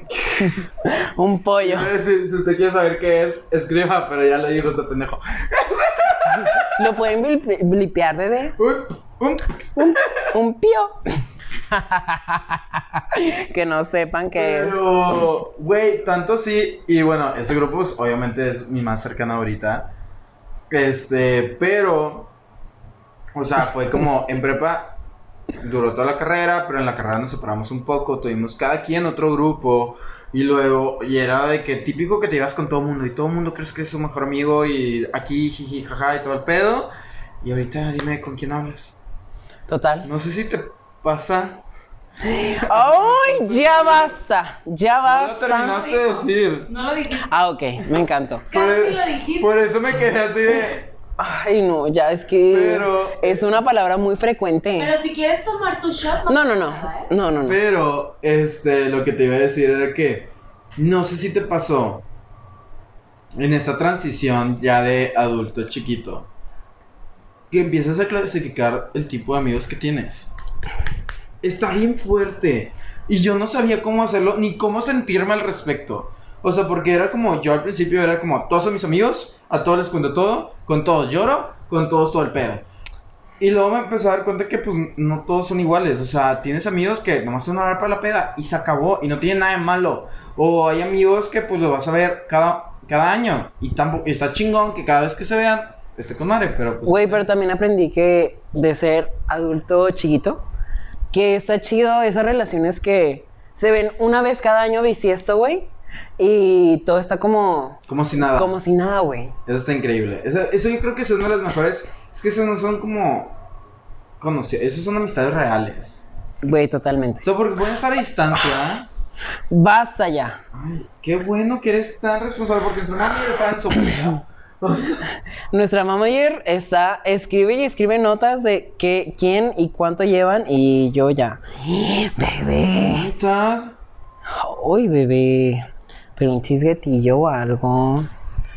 [SPEAKER 2] Un pollo.
[SPEAKER 1] si, si usted quiere saber qué es, escriba, pero ya le digo este pendejo.
[SPEAKER 2] ¿Lo pueden blip- blipear, bebé?
[SPEAKER 1] Un, un-
[SPEAKER 2] Un, un pío. que no sepan que es.
[SPEAKER 1] Pero, güey, tanto sí. Y bueno, ese grupo, pues, obviamente es mi más cercana ahorita. Este, pero, o sea, fue como en prepa, duró toda la carrera, pero en la carrera nos separamos un poco, tuvimos cada quien otro grupo. Y luego, y era de que típico que te ibas con todo el mundo, y todo el mundo crees que es su mejor amigo, y aquí, jiji, jaja, y todo el pedo. Y ahorita dime con quién hablas.
[SPEAKER 2] Total.
[SPEAKER 1] No sé si te pasa.
[SPEAKER 2] ¡Ay! Ya basta. Ya
[SPEAKER 1] No lo
[SPEAKER 2] basta.
[SPEAKER 1] terminaste de decir.
[SPEAKER 3] No lo dijiste.
[SPEAKER 2] Ah, ok. Me encantó.
[SPEAKER 3] Casi lo dijiste.
[SPEAKER 1] Por eso me quedé así de.
[SPEAKER 2] Ay, no. Ya es que.
[SPEAKER 1] Pero-
[SPEAKER 2] Es una palabra muy frecuente.
[SPEAKER 3] Pero si quieres tomar tu shot,
[SPEAKER 2] No,
[SPEAKER 3] no
[SPEAKER 2] no,
[SPEAKER 3] pasa
[SPEAKER 2] no.
[SPEAKER 3] nada, ¿eh?
[SPEAKER 2] No, no, no.
[SPEAKER 1] Pero, este, lo que te iba a decir era que. No sé si te pasó. En esta transición ya de adulto chiquito. Que empiezas a clasificar el tipo de amigos que tienes. Está bien fuerte. Y yo no sabía cómo hacerlo ni cómo sentirme al respecto. O sea, porque era como, yo al principio era como, todos son mis amigos, a todos les cuento todo, con todos lloro, con todos todo el pedo. Y luego me empezó a dar cuenta que pues no todos son iguales. O sea, tienes amigos que nomás son a ver para la peda y se acabó y no tiene nada de malo. O hay amigos que pues los vas a ver cada, cada año y tampoco y está chingón que cada vez que se vean esté con madre, pero pues...
[SPEAKER 2] Güey, pero también aprendí que de ser adulto chiquito, que está chido esas relaciones que se ven una vez cada año bisiesto, güey, y todo está como,
[SPEAKER 1] Como si nada.
[SPEAKER 2] como si nada, güey.
[SPEAKER 1] Eso está increíble. Eso, eso yo creo que es una de las mejores. Es que esas no son como... Conocer, esas son amistades reales.
[SPEAKER 2] Güey, totalmente.
[SPEAKER 1] O sea, porque pueden estar a distancia.
[SPEAKER 2] Basta ya.
[SPEAKER 1] Ay, qué bueno que eres tan responsable porque su mamá está en su O sea,
[SPEAKER 2] Nuestra manager está, escribe y escribe notas de qué, quién y cuánto llevan, y yo ya. Bebé.
[SPEAKER 1] mitad.
[SPEAKER 2] Ay, bebé. Pero un chisguetillo o algo.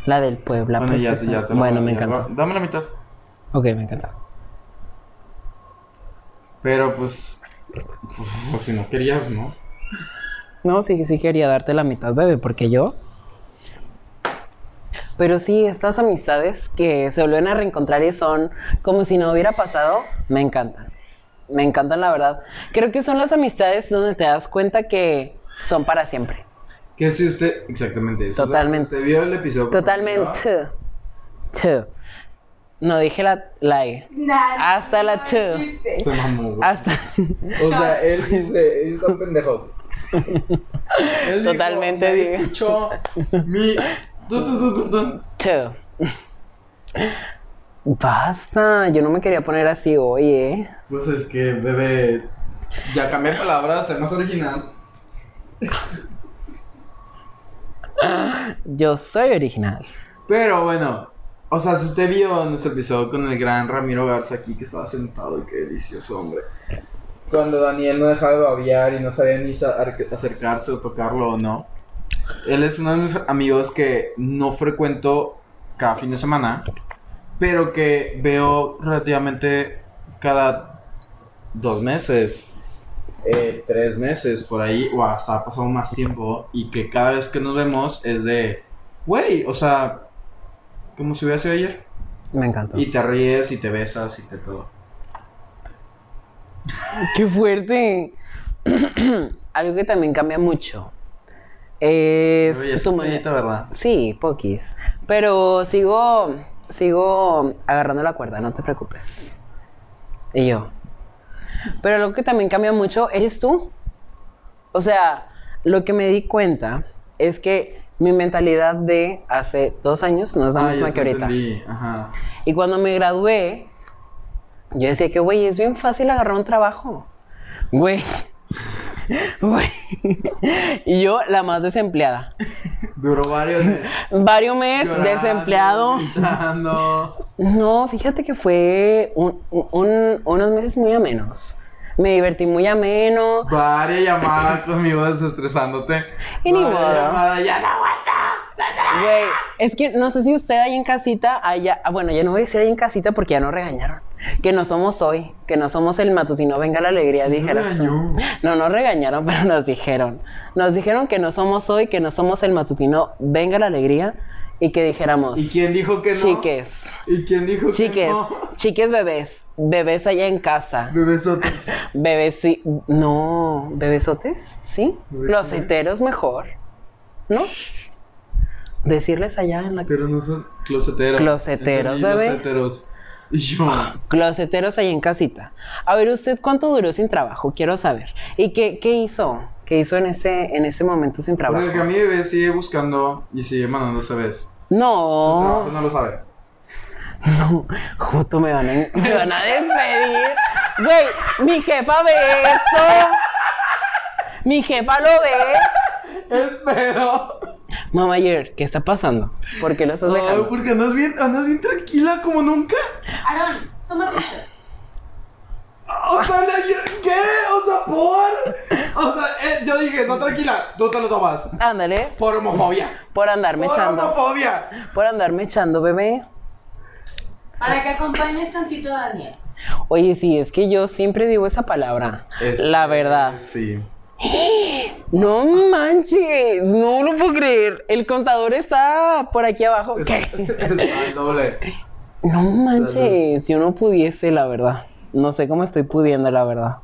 [SPEAKER 2] La del Puebla,
[SPEAKER 1] bueno, ya,
[SPEAKER 2] princesa.
[SPEAKER 1] ya te lo
[SPEAKER 2] bueno,
[SPEAKER 1] voy
[SPEAKER 2] me
[SPEAKER 1] a enviar.
[SPEAKER 2] encantó.
[SPEAKER 1] Dame la mitad.
[SPEAKER 2] Ok, me encanta.
[SPEAKER 1] Pero pues, pues, pues, si no querías, ¿no?
[SPEAKER 2] No, sí, sí quería darte la mitad, bebé, porque yo. Pero sí, estas amistades que se vuelven a reencontrar y son como si no hubiera pasado, me encantan. Me encantan, la verdad. Creo que son las amistades donde te das cuenta que son para siempre.
[SPEAKER 1] Que si usted, exactamente. eso. O sea,
[SPEAKER 2] Totalmente.
[SPEAKER 1] ¿Usted vio el episodio? con Camila?
[SPEAKER 2] Totalmente. Two. No dije la, la E.
[SPEAKER 3] Nada,
[SPEAKER 2] Hasta la
[SPEAKER 3] no
[SPEAKER 2] two.
[SPEAKER 3] dijiste.
[SPEAKER 1] Se mamó, güey.
[SPEAKER 2] Hasta.
[SPEAKER 1] O sea, él dice, ellos están pendejos. Él dijo,
[SPEAKER 2] Totalmente,
[SPEAKER 1] "Nadie
[SPEAKER 2] Diego".
[SPEAKER 1] escuchó mi... tu, tu, tu, tu, tu".
[SPEAKER 2] Two. Basta, yo no me quería poner así hoy, ¿eh?
[SPEAKER 1] Pues es que, bebé, ya cambié palabras, es más original.
[SPEAKER 2] Yo soy original.
[SPEAKER 1] Pero bueno, o sea, si usted vio nuestro episodio con el gran Ramiro Garza aquí que estaba sentado, y qué delicioso hombre. Cuando Daniel no dejaba de babear y no sabía ni sa- ar- acercarse o tocarlo o no. Él es uno de mis amigos que no frecuento cada fin de semana, pero que veo relativamente cada dos meses, eh, tres meses por ahí, o hasta ha pasado más tiempo, y que cada vez que nos vemos es de, güey, o sea, como si hubiera sido ayer.
[SPEAKER 2] Me encantó.
[SPEAKER 1] Y te ríes y te besas y te todo.
[SPEAKER 2] ¡Qué fuerte! Algo que también cambia mucho es
[SPEAKER 1] Pero ya
[SPEAKER 2] tu manera.
[SPEAKER 1] bonito, ¿verdad?
[SPEAKER 2] Sí, poquis. Pero sigo, sigo agarrando la cuerda, no te preocupes. Y yo. Pero algo que también cambia mucho eres tú. O sea, lo que me di cuenta es que mi mentalidad de hace dos años no es la
[SPEAKER 1] Ah,
[SPEAKER 2] misma
[SPEAKER 1] ya
[SPEAKER 2] que
[SPEAKER 1] te
[SPEAKER 2] ahorita.
[SPEAKER 1] entendí, Ajá.
[SPEAKER 2] Y cuando me gradué, yo decía que, güey, es bien fácil agarrar un trabajo. Güey, y yo, la más desempleada.
[SPEAKER 1] Duró varios meses.
[SPEAKER 2] Varios meses
[SPEAKER 1] llorando,
[SPEAKER 2] desempleado.
[SPEAKER 1] gritando.
[SPEAKER 2] No, fíjate que fue un- un- unos meses muy amenos. Me divertí muy ameno.
[SPEAKER 1] Varias llamadas conmigo desestresándote.
[SPEAKER 2] Y ni
[SPEAKER 1] Varias
[SPEAKER 2] modo.
[SPEAKER 1] llamadas, ya no aguanto.
[SPEAKER 2] Güey, es que no sé si usted ahí en casita, allá, ah, bueno, ya no voy a decir ahí en casita porque ya nos regañaron. Que no somos hoy, que no somos el matutino, venga la alegría, dijeras tú.
[SPEAKER 1] regañó.
[SPEAKER 2] No, nos regañaron, pero nos dijeron. Nos dijeron que no somos hoy, que no somos el matutino, venga la alegría, y que dijéramos,
[SPEAKER 1] ¿Y quién dijo que no?
[SPEAKER 2] chiques,
[SPEAKER 1] ¿Y quién dijo que
[SPEAKER 2] chiques,
[SPEAKER 1] no?
[SPEAKER 2] chiques bebés, bebés allá en casa.
[SPEAKER 1] Bebesotes.
[SPEAKER 2] Bebés, sí, no, bebesotes, ¿sí?
[SPEAKER 1] Bebesotes.
[SPEAKER 2] Los heteros mejor, ¿no? Decirles allá en la
[SPEAKER 1] Pero no son closeteros.
[SPEAKER 2] Closeteros,
[SPEAKER 1] Entendí,
[SPEAKER 2] bebé. Ah,
[SPEAKER 1] Closeteros. Y yo.
[SPEAKER 2] Closeteros ahí en casita. A ver, ¿usted cuánto duró sin trabajo? Quiero saber. ¿Y qué, qué hizo? ¿Qué hizo en ese, en ese momento sin trabajo?
[SPEAKER 1] Porque que a mi bebé sigue buscando y sigue mandando sabes. Su trabajo
[SPEAKER 2] No,
[SPEAKER 1] pues no lo sabe.
[SPEAKER 2] no, justo me van a, me van a despedir. Güey, mi jefa ve esto. Mi jefa lo ve.
[SPEAKER 1] Espero.
[SPEAKER 2] Mamá, ayer, ¿qué está pasando? ¿Por qué lo estás
[SPEAKER 1] Ay,
[SPEAKER 2] dejando?
[SPEAKER 1] porque andas bien, andas bien tranquila como nunca.
[SPEAKER 3] Aaron, tómate un shot.
[SPEAKER 1] O sea, la- ¿qué? O sea, por. O sea, eh, yo dije, no tranquila, tú te lo tomas.
[SPEAKER 2] Ándale,
[SPEAKER 1] Por homofobia.
[SPEAKER 2] por andarme
[SPEAKER 1] Por
[SPEAKER 2] echando.
[SPEAKER 1] homofobia.
[SPEAKER 2] Por andarme echando, bebé.
[SPEAKER 3] Para que acompañes tantito a Daniel.
[SPEAKER 2] Oye, sí, es que yo siempre digo esa palabra. la verdad.
[SPEAKER 1] Sí.
[SPEAKER 2] No manches, no lo puedo creer. El contador está por aquí abajo. ¿Qué?
[SPEAKER 1] Está el doble.
[SPEAKER 2] No manches, yo no pudiese, la verdad. No sé cómo estoy pudiendo, la verdad.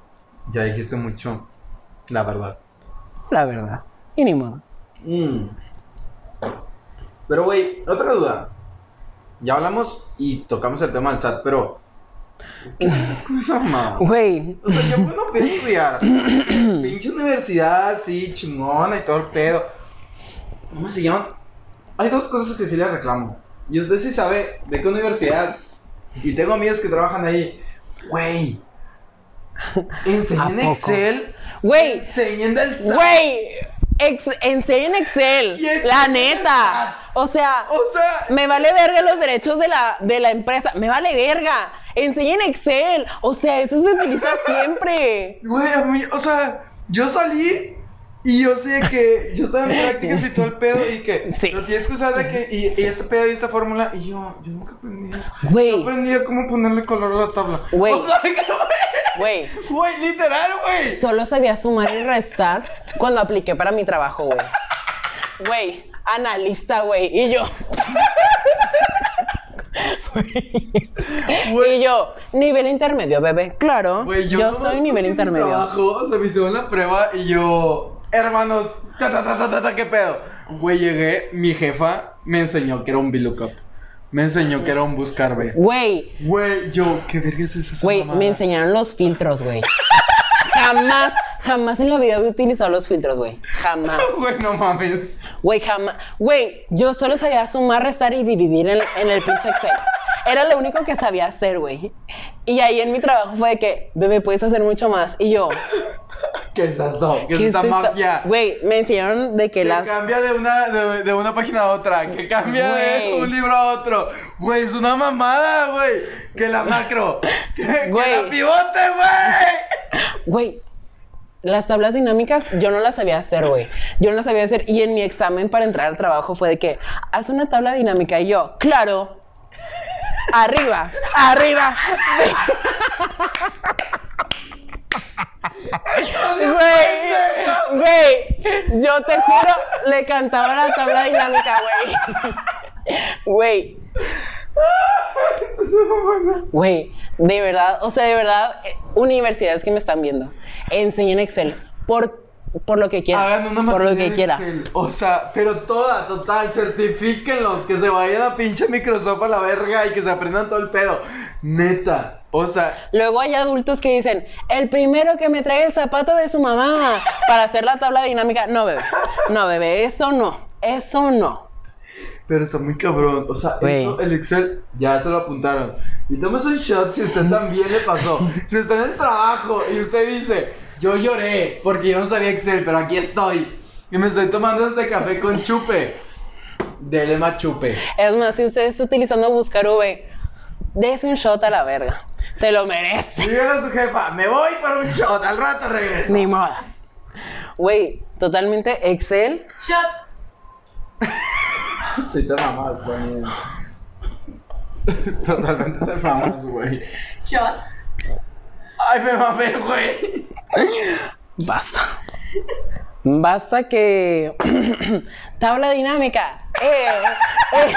[SPEAKER 1] Ya dijiste mucho. La verdad.
[SPEAKER 2] La verdad. Y ni modo.
[SPEAKER 1] Mm. Pero, güey, otra duda. Ya hablamos y tocamos el tema del SAT, pero. ¿Qué es con esa mamá?
[SPEAKER 2] Güey,
[SPEAKER 1] O sea, yo me lo pedí estudiar. Pinche universidad, sí, chingona y todo el pedo. ¿Cómo se llaman? Hay dos cosas que sí le reclamo. Y usted sí sabe de qué universidad. Y tengo amigos que trabajan ahí. Güey. Enseñen
[SPEAKER 2] ¿A poco?
[SPEAKER 1] Excel.
[SPEAKER 2] güey,
[SPEAKER 1] Enseñen el SAT.
[SPEAKER 2] güey. Ex enseñen Excel.
[SPEAKER 1] Y enseñen
[SPEAKER 2] La
[SPEAKER 1] el
[SPEAKER 2] neta. O sea,
[SPEAKER 1] O sea,
[SPEAKER 2] me vale verga los derechos de la, de la empresa. Me vale verga. Enseñen Excel. O sea, eso se utiliza siempre.
[SPEAKER 1] Güey, a mí, o sea, yo salí y yo sé que yo estaba en prácticas y todo el pedo y que
[SPEAKER 2] Sí.
[SPEAKER 1] lo tienes que usar de que y, y este pedo y esta fórmula y yo, yo nunca aprendí eso.
[SPEAKER 2] Güey.
[SPEAKER 1] Yo aprendí a cómo ponerle color a la tabla.
[SPEAKER 2] Güey.
[SPEAKER 1] O sea, güey,
[SPEAKER 2] Güey.
[SPEAKER 1] güey, literal, güey.
[SPEAKER 2] Solo sabía sumar y restar cuando apliqué para mi trabajo, güey. Güey, analista, güey. Y yo.
[SPEAKER 1] Güey.
[SPEAKER 2] Y yo, nivel intermedio, bebé. Claro.
[SPEAKER 1] Güey,
[SPEAKER 2] yo
[SPEAKER 1] nomás
[SPEAKER 2] soy nivel
[SPEAKER 1] en mi
[SPEAKER 2] intermedio.
[SPEAKER 1] Trabajo, o sea, me hicieron la prueba y yo, hermanos, ta ta ta ta ta, ta, qué pedo. Güey, llegué, mi jefa me enseñó que era un VLOOKUP. Me enseñó que era un buscar, güey.
[SPEAKER 2] Güey,
[SPEAKER 1] Güey, yo, qué verga es esa
[SPEAKER 2] güey,
[SPEAKER 1] mamada?
[SPEAKER 2] me enseñaron los filtros, güey. Jamás, jamás en la vida había utilizado los filtros, güey. Jamás.
[SPEAKER 1] Güey, no mames.
[SPEAKER 2] Güey, jamás. Güey, yo solo sabía sumar, restar y dividir en, en el pinche Excel. Era lo único que sabía hacer, güey. Y ahí en mi trabajo fue de que, bebé, puedes hacer mucho más. Y yo,
[SPEAKER 1] ¿Qué es esto? ¿Qué, es
[SPEAKER 2] ¿qué
[SPEAKER 1] esta
[SPEAKER 2] esto?
[SPEAKER 1] mafia?
[SPEAKER 2] Güey, me enseñaron de que
[SPEAKER 1] que
[SPEAKER 2] las.
[SPEAKER 1] cambia de una, de, de una página a otra, que cambia de
[SPEAKER 2] Güey.
[SPEAKER 1] un libro a otro. Güey, es una mamada, güey. Que la macro. Que, que
[SPEAKER 2] Güey.
[SPEAKER 1] la pivote, güey.
[SPEAKER 2] Güey, las tablas dinámicas yo no las sabía hacer, güey. Yo no las sabía hacer. Y en mi examen para entrar al trabajo fue de que, haz una tabla dinámica. Y yo, claro. Arriba, arriba. Güey, güey, yo te juro, le cantaba la tabla dinámica, güey. Güey,
[SPEAKER 1] Es una mamada.
[SPEAKER 2] Güey, de verdad, o sea, de verdad, eh, universidades que me están viendo, enseñen Excel por, por lo que quieran.
[SPEAKER 1] Hagan una
[SPEAKER 2] por lo
[SPEAKER 1] materia
[SPEAKER 2] que
[SPEAKER 1] de
[SPEAKER 2] quiera.
[SPEAKER 1] Excel. O sea, pero toda, total, certifíquenlos, que se vayan a pinche Microsoft a la verga y que se aprendan todo el pedo. Neta. O sea,
[SPEAKER 2] Luego hay adultos que dicen, el primero que me trae el zapato de su mamá para hacer la tabla dinámica. No, bebé, no, bebé, eso no, eso no.
[SPEAKER 1] Pero está muy cabrón. O sea,
[SPEAKER 2] Güey.
[SPEAKER 1] eso, el Excel, ya se lo apuntaron. Y tomes un shot si usted también le pasó. Si está en el trabajo y usted dice, Yo lloré porque yo no sabía Excel, pero aquí estoy. Y me estoy tomando este café con chupe. Dele más chupe.
[SPEAKER 2] Es más, si usted está utilizando Buscar V, dése un shot a la verga. Se lo merece.
[SPEAKER 1] Dígale a su jefa, me voy para un shot, al rato regreso.
[SPEAKER 2] Ni moda. Güey, totalmente Excel.
[SPEAKER 3] Shot.
[SPEAKER 1] Sí, te mamás, güey. Totalmente se mamás, güey.
[SPEAKER 3] Shot.
[SPEAKER 1] Ay, me mamé, güey.
[SPEAKER 2] Basta. Basta que. Tabla dinámica. Eh, eh.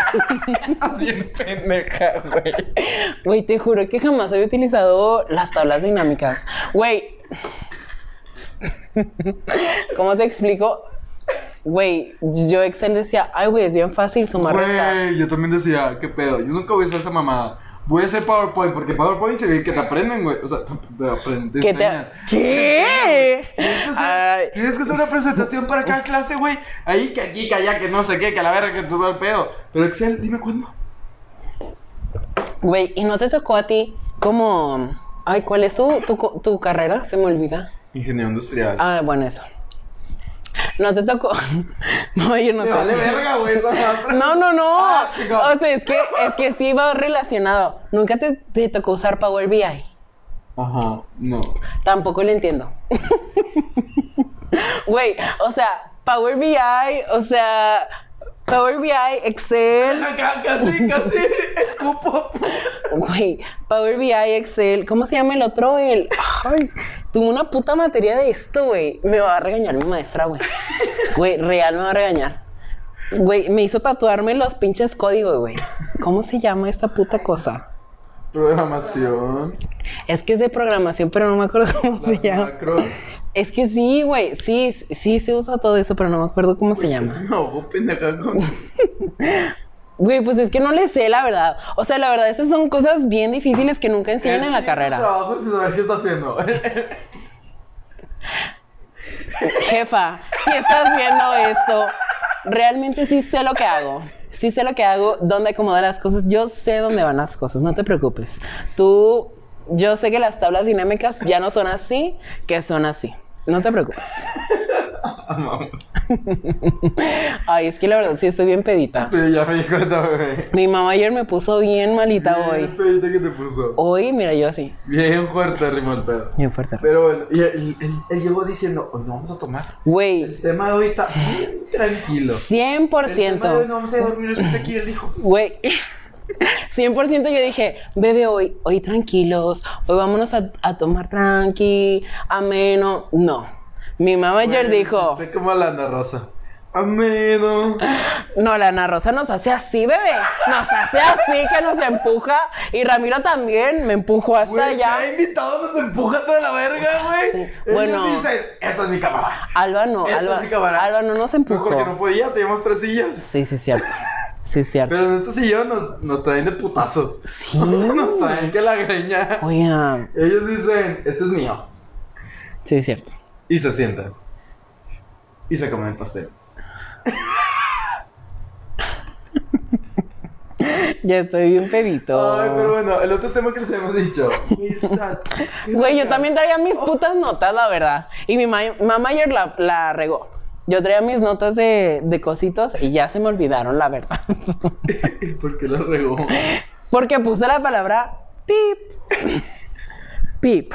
[SPEAKER 1] Bien pendeja, güey.
[SPEAKER 2] Güey, te juro que jamás había utilizado las tablas dinámicas. Güey. ¿Cómo te explico? Güey, yo Excel decía, ay, güey, es bien fácil sumar restar.
[SPEAKER 1] Güey, yo también decía, qué pedo. Yo nunca voy a hacer esa mamada. Voy a hacer PowerPoint porque PowerPoint se ve que te aprenden, güey. O sea, te, te aprenden.
[SPEAKER 2] ¿Qué te... ¿Qué?
[SPEAKER 1] Tienes que, hacer,
[SPEAKER 2] Ay.
[SPEAKER 1] tienes que hacer una presentación para cada clase, güey. Ahí, que aquí, que allá, que no sé qué, que la verga, que todo el pedo. Pero Excel, dime cuándo.
[SPEAKER 2] Güey, ¿y no te tocó a ti como... Ay, ¿cuál es tu, tu, co- tu carrera? Se me olvida.
[SPEAKER 1] Ingeniero industrial.
[SPEAKER 2] Ah, bueno, eso. No te tocó... No, yo no
[SPEAKER 1] Me
[SPEAKER 2] sé.
[SPEAKER 1] vale verga, güey, esa madre.
[SPEAKER 2] No, no, no.
[SPEAKER 1] Ah, chico.
[SPEAKER 2] o sea, es que, es que sí va relacionado. Nunca te, te tocó usar Power BI.
[SPEAKER 1] Ajá, no.
[SPEAKER 2] Tampoco le entiendo. Güey, o sea, Power BI, o sea, Power BI, Excel.
[SPEAKER 1] Ca- Casi, casi, escupo.
[SPEAKER 2] Güey, Power BI, Excel. ¿Cómo se llama el otro? El. Ay, tuve una puta materia de esto, güey. Me va a regañar mi maestra, güey. Güey, real me va a regañar. Güey, me hizo tatuarme los pinches códigos, güey. ¿Cómo se llama esta puta cosa?
[SPEAKER 1] Programación.
[SPEAKER 2] Es que es de programación, pero no me acuerdo cómo se
[SPEAKER 1] Las
[SPEAKER 2] llama.
[SPEAKER 1] macros.
[SPEAKER 2] Es que sí, güey, sí, sí se usa todo eso, pero no me acuerdo cómo se
[SPEAKER 1] Ya
[SPEAKER 2] llama.
[SPEAKER 1] se me ahogó, pendeja, con...
[SPEAKER 2] Güey, pues es que no le sé, la verdad. O sea, la verdad, esas son cosas bien difíciles que nunca enseñan en la
[SPEAKER 1] Sí,
[SPEAKER 2] carrera.
[SPEAKER 1] Trabajo sin saber pues, qué está haciendo.
[SPEAKER 2] Jefa, ¿qué estás viendo esto? Realmente sí sé lo que hago. Sí sé lo que hago, dónde acomodar las cosas. Yo sé dónde van las cosas, no te preocupes. Tú, yo sé que las tablas dinámicas ya no son así, que son así. No te preocupes.
[SPEAKER 1] Vamos.
[SPEAKER 2] Ay, es que la verdad sí estoy bien pedita.
[SPEAKER 1] Sí, ya me di cuenta, güey.
[SPEAKER 2] Mi mamá ayer me puso bien malita
[SPEAKER 1] Bien
[SPEAKER 2] hoy.
[SPEAKER 1] pedito que te puso.
[SPEAKER 2] Hoy, mira, yo así.
[SPEAKER 1] Bien fuerte, rimó el pedo.
[SPEAKER 2] Bien fuerte.
[SPEAKER 1] Pero bueno, y él, él- él llegó diciendo, hoy no vamos a tomar.
[SPEAKER 2] Güey,
[SPEAKER 1] El tema de hoy está bien tranquilo. El tema de
[SPEAKER 2] 100%.
[SPEAKER 1] hoy no vamos a dormir después de aquí, él dijo.
[SPEAKER 2] Güey. 100% yo dije, bebé, hoy, hoy tranquilos, hoy vámonos a, a tomar tranqui, ameno. No. Mi mamá ayer
[SPEAKER 1] Güey,
[SPEAKER 2] dijo,
[SPEAKER 1] Está como la Ana Rosa. Ameno.
[SPEAKER 2] no, la Ana Rosa nos hace así, bebé. Nos hace así que nos empuja. Y Ramiro también me empujó hasta
[SPEAKER 1] Güey,
[SPEAKER 2] allá.
[SPEAKER 1] ya invitados nos empujas a la verga,
[SPEAKER 2] Ah,
[SPEAKER 1] güey.
[SPEAKER 2] Sí.
[SPEAKER 1] Ellos
[SPEAKER 2] Bueno.
[SPEAKER 1] dicen, esa es mi cámara.
[SPEAKER 2] Alba no,
[SPEAKER 1] Esta es
[SPEAKER 2] Alba,
[SPEAKER 1] mi cámara.
[SPEAKER 2] Alba no nos
[SPEAKER 1] Pues
[SPEAKER 2] empujó.
[SPEAKER 1] porque no podía, teníamos tres sillas.
[SPEAKER 2] Sí, sí, cierto. Sí, cierto.
[SPEAKER 1] Pero en este sillón nos, nos traen de putazos.
[SPEAKER 2] Sí.
[SPEAKER 1] nos traen que la greña.
[SPEAKER 2] Oigan,
[SPEAKER 1] Uh. Ellos dicen, este es mío.
[SPEAKER 2] sí, es cierto.
[SPEAKER 1] Y se sientan. Y se comen el pastel.
[SPEAKER 2] Ya estoy bien pedito.
[SPEAKER 1] Ay, pero bueno, el otro tema que les hemos dicho. Mirsat.
[SPEAKER 2] Güey, yo también traía mis putas notas, la verdad. Y mi ma- mamá ayer la, la regó. Yo traía mis notas de, de cositos y ya se me olvidaron, la verdad.
[SPEAKER 1] ¿Por qué lo regó?
[SPEAKER 2] Porque puse la palabra pip. Pip.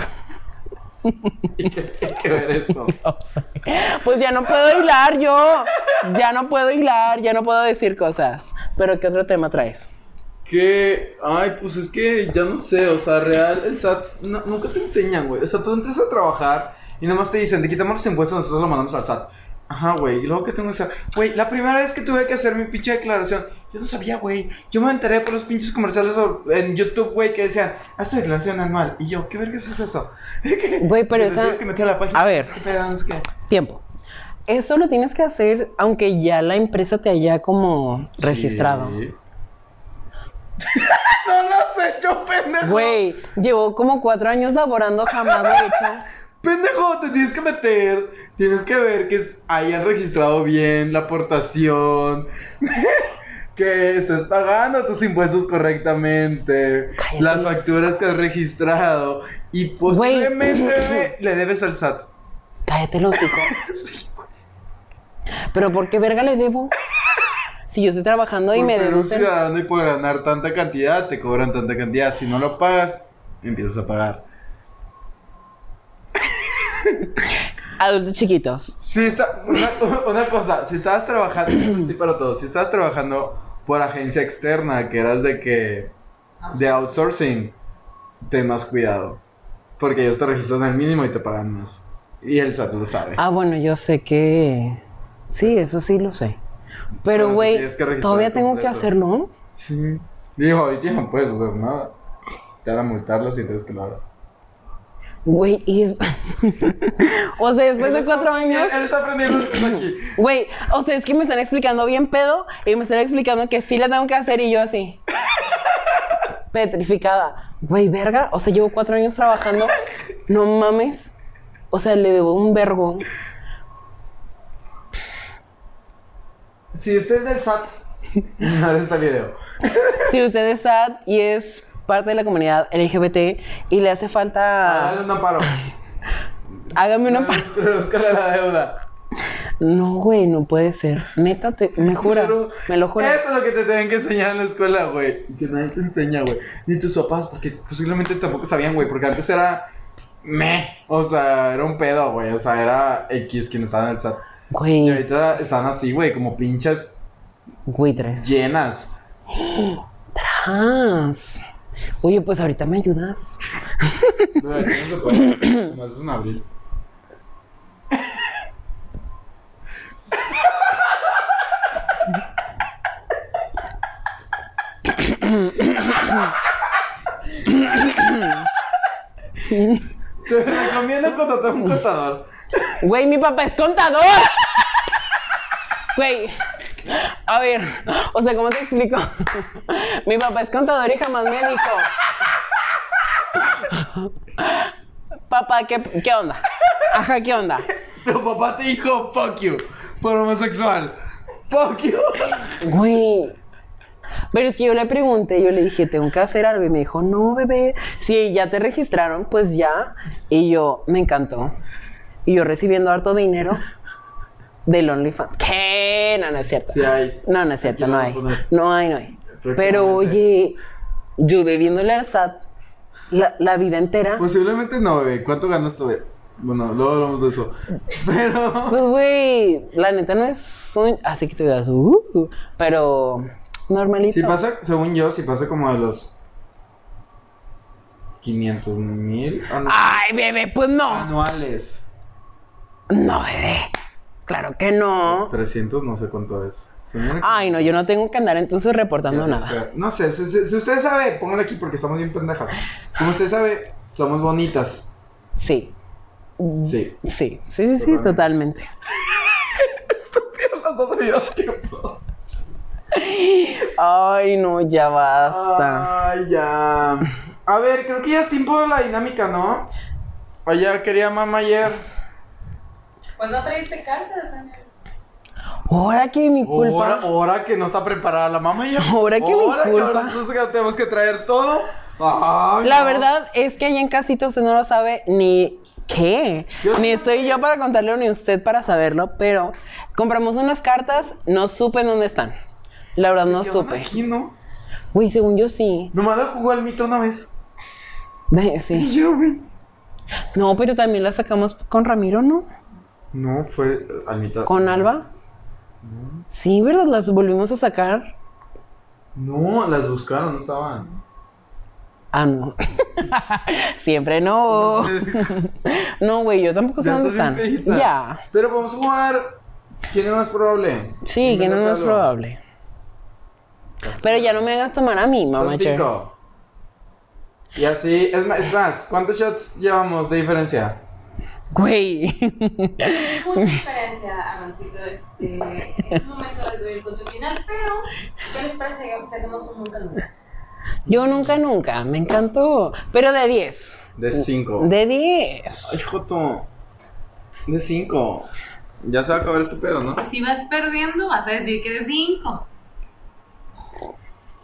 [SPEAKER 1] ¿Y qué tiene que ver eso?
[SPEAKER 2] O sea, Pues ya no puedo hilar yo. Ya no puedo hilar, ya no puedo decir cosas. Pero ¿qué otro tema traes?
[SPEAKER 1] Que, ay, pues es que ya no sé, o sea, real, el SAT no- nunca te enseñan, güey. O sea, tú entras a trabajar y nomás te dicen, te quitamos los impuestos, nosotros lo mandamos al SAT. Ajá, güey, y luego que tengo que hacer. Güey, la primera vez que tuve que hacer mi pinche declaración, yo no sabía, güey. Yo me enteré por los pinches comerciales o- en YouTube, güey, que decían, haz tu declaración anual. Y yo, ¿qué vergas es eso?
[SPEAKER 2] Güey, pero
[SPEAKER 1] Que te
[SPEAKER 2] esa-
[SPEAKER 1] Tienes que meter a la página.
[SPEAKER 2] A ver.
[SPEAKER 1] ¿Qué pedo? No sé qué.
[SPEAKER 2] Tiempo. Eso lo tienes que hacer aunque ya la empresa te haya como registrado.
[SPEAKER 1] Sí. no lo has hecho, pendejo.
[SPEAKER 2] Güey, llevo como cuatro años laborando, jamás lo he hecho.
[SPEAKER 1] Pendejo, te tienes que meter. Tienes que ver que es- hayan registrado bien la aportación. que estés pagando tus impuestos correctamente.
[SPEAKER 2] Cállate.
[SPEAKER 1] Las facturas que has registrado. Y posiblemente le debes al SAT.
[SPEAKER 2] cállate el hocico. Pero ¿por qué verga le debo? Si yo estoy trabajando y
[SPEAKER 1] Por
[SPEAKER 2] me
[SPEAKER 1] ser un
[SPEAKER 2] deducen.
[SPEAKER 1] ciudadano y por ganar tanta cantidad, te cobran tanta cantidad. Si no lo pagas, empiezas a pagar.
[SPEAKER 2] Adultos chiquitos.
[SPEAKER 1] Si está, una, una cosa, si estabas trabajando, eso es tip para todos, si estabas trabajando por agencia externa, que eras de que, de outsourcing, ten más cuidado. Porque ellos te registran al mínimo y te pagan más. Y el SAT lo sabe.
[SPEAKER 2] Ah, bueno, yo sé que. Sí, eso sí lo sé.
[SPEAKER 1] Bueno,
[SPEAKER 2] Pero,
[SPEAKER 1] te
[SPEAKER 2] güey,
[SPEAKER 1] tienes que registrar
[SPEAKER 2] todavía tengo que
[SPEAKER 1] completo.
[SPEAKER 2] hacerlo.
[SPEAKER 1] Sí. Digo, ahorita ya no puedes hacer nada. Te van a multarlo si tienes que lo hagas.
[SPEAKER 2] Güey, y es. o sea, después de cuatro años.
[SPEAKER 1] Él está aprendiendo el tema aquí.
[SPEAKER 2] Güey, o sea, es que me están explicando bien pedo y me están explicando que sí la tengo que hacer y yo así. Petrificada. Güey, verga. O sea, llevo cuatro años trabajando. No mames. O sea, le debo un vergo.
[SPEAKER 1] Si usted es del SAT, no ve este video.
[SPEAKER 2] Si usted es sad y es parte de la comunidad LGBT y le hace
[SPEAKER 1] Dale
[SPEAKER 2] falta.
[SPEAKER 1] un amparo.
[SPEAKER 2] Hágame una pa-
[SPEAKER 1] Reduzcale la deuda.
[SPEAKER 2] No, güey, no puede ser. Neta, te, me juras.
[SPEAKER 1] Pero
[SPEAKER 2] Me lo juras.
[SPEAKER 1] Eso es lo que te tienen que enseñar en la escuela, güey. Y que nadie te enseña, güey. Ni tus papás, porque posiblemente tampoco sabían, güey. Porque antes era. Me. O sea, era un pedo, güey. O sea, era X quien estaba en el SAT. Y
[SPEAKER 2] Güey,
[SPEAKER 1] ahorita están así, güey, como pinchas
[SPEAKER 2] buitres.
[SPEAKER 1] llenas.
[SPEAKER 2] Tras. Oye, pues ahorita me ayudas.
[SPEAKER 1] Güey, no se puede. Más es en abril. Te recomiendo contratar un contador.
[SPEAKER 2] Güey, mi papá es contador. Güey, a ver, o sea, ¿cómo te explico? Mi papá es contador y jamás me dijo. Papá, ¿qué, qué onda? Ajá, ¿qué onda?
[SPEAKER 1] Tu papá te dijo fuck you por homosexual. Fuck you.
[SPEAKER 2] Güey. Pero es que yo le pregunté, yo le dije, tengo que hacer algo. Y me dijo, no, bebé. Si ya te registraron, pues ya. Y yo, me encantó. Y yo recibiendo harto dinero del OnlyFans. ¿Qué? No, no es cierto.
[SPEAKER 1] Sí hay.
[SPEAKER 2] No, no es cierto,
[SPEAKER 1] Aquí lo
[SPEAKER 2] no
[SPEAKER 1] voy a
[SPEAKER 2] hay.
[SPEAKER 1] poner.
[SPEAKER 2] No hay, no hay. Pero
[SPEAKER 1] Próximamente.
[SPEAKER 2] oye, yo debiéndole al SAT la, la vida entera. Pues,
[SPEAKER 1] Posiblemente no, bebé. ¿Cuánto ganas tú? bebé? Bueno, luego hablamos de eso. Pero.
[SPEAKER 2] pues, güey, la neta no es un... Así que tú digas, "Uh", pero normalito.
[SPEAKER 1] Si pasa, según yo, si pasa como de los 500 mil
[SPEAKER 2] Ay, bebé, pues no.
[SPEAKER 1] anuales.
[SPEAKER 2] No, bebé. Claro que no.
[SPEAKER 1] 300, no sé cuánto es. Señora,
[SPEAKER 2] Ay, no, yo no tengo que andar entonces reportando
[SPEAKER 1] ¿qué es?
[SPEAKER 2] nada.
[SPEAKER 1] No sé, si, si- si usted sabe, póngale aquí porque estamos bien pendejas. Como usted sabe, somos bonitas.
[SPEAKER 2] Sí.
[SPEAKER 1] Sí.
[SPEAKER 2] Sí, sí, sí, sí, totalmente.
[SPEAKER 1] Estúpido, las dos al mismo tiempo.
[SPEAKER 2] Ay, no, ya basta.
[SPEAKER 1] Ay, ya. A ver, creo que ya es tiempo de la dinámica, ¿no? Allá quería mamá ayer.
[SPEAKER 3] Pues no traíste cartas, Ana.
[SPEAKER 2] Ahora que mi
[SPEAKER 1] Ahora,
[SPEAKER 2] culpa.
[SPEAKER 1] ahora que no está preparada la mamá ya.
[SPEAKER 2] Ahora que mi culpa.
[SPEAKER 1] nosotros que tenemos que traer todo. Ay,
[SPEAKER 2] La
[SPEAKER 1] no.
[SPEAKER 2] verdad es que allá en casita usted no lo sabe ni qué.
[SPEAKER 1] Yo
[SPEAKER 2] Ni
[SPEAKER 1] sí.
[SPEAKER 2] estoy yo para contarlo ni usted para saberlo, pero compramos unas cartas, no supe en dónde están. La verdad
[SPEAKER 1] Se
[SPEAKER 2] no
[SPEAKER 1] quedan
[SPEAKER 2] supe.
[SPEAKER 1] Aquí, ¿no?
[SPEAKER 2] Uy, según yo sí.
[SPEAKER 1] Nomás la jugó al mito una vez.
[SPEAKER 2] Ve, Sí.
[SPEAKER 1] Y yo, güey.
[SPEAKER 2] No, pero también la sacamos con Ramiro, ¿no?
[SPEAKER 1] No, fue al mito.
[SPEAKER 2] ¿Con Alba? Sí, ¿verdad? Las volvimos a sacar.
[SPEAKER 1] No, las buscaron, no estaban.
[SPEAKER 2] Ah, no. Siempre no. No, güey, yo tampoco sé
[SPEAKER 1] Ya
[SPEAKER 2] dónde
[SPEAKER 1] estás
[SPEAKER 2] están.
[SPEAKER 1] bien feíta.
[SPEAKER 2] Ya.
[SPEAKER 1] Pero vamos a jugar. ¿Quién es más probable?
[SPEAKER 2] Sí, que no es más
[SPEAKER 1] Invéntalo.
[SPEAKER 2] probable. Pero ya no me hagas tomar a mí, mamá.
[SPEAKER 1] Son cinco. Y así, es más, es más, ¿cuántos shots llevamos de diferencia?
[SPEAKER 2] Güey.
[SPEAKER 3] Mucha diferencia, Amancito. Este, en un momento les doy el punto final, pero ¿qué les parece si hacemos un nunca nunca?
[SPEAKER 2] Yo nunca, nunca. Me encantó. Pero de 10.
[SPEAKER 1] De 5.
[SPEAKER 2] De 10.
[SPEAKER 1] Ay, Joto. De 5. Ya se va a acabar este pedo, ¿no?
[SPEAKER 3] Si vas perdiendo, vas a decir que de 5.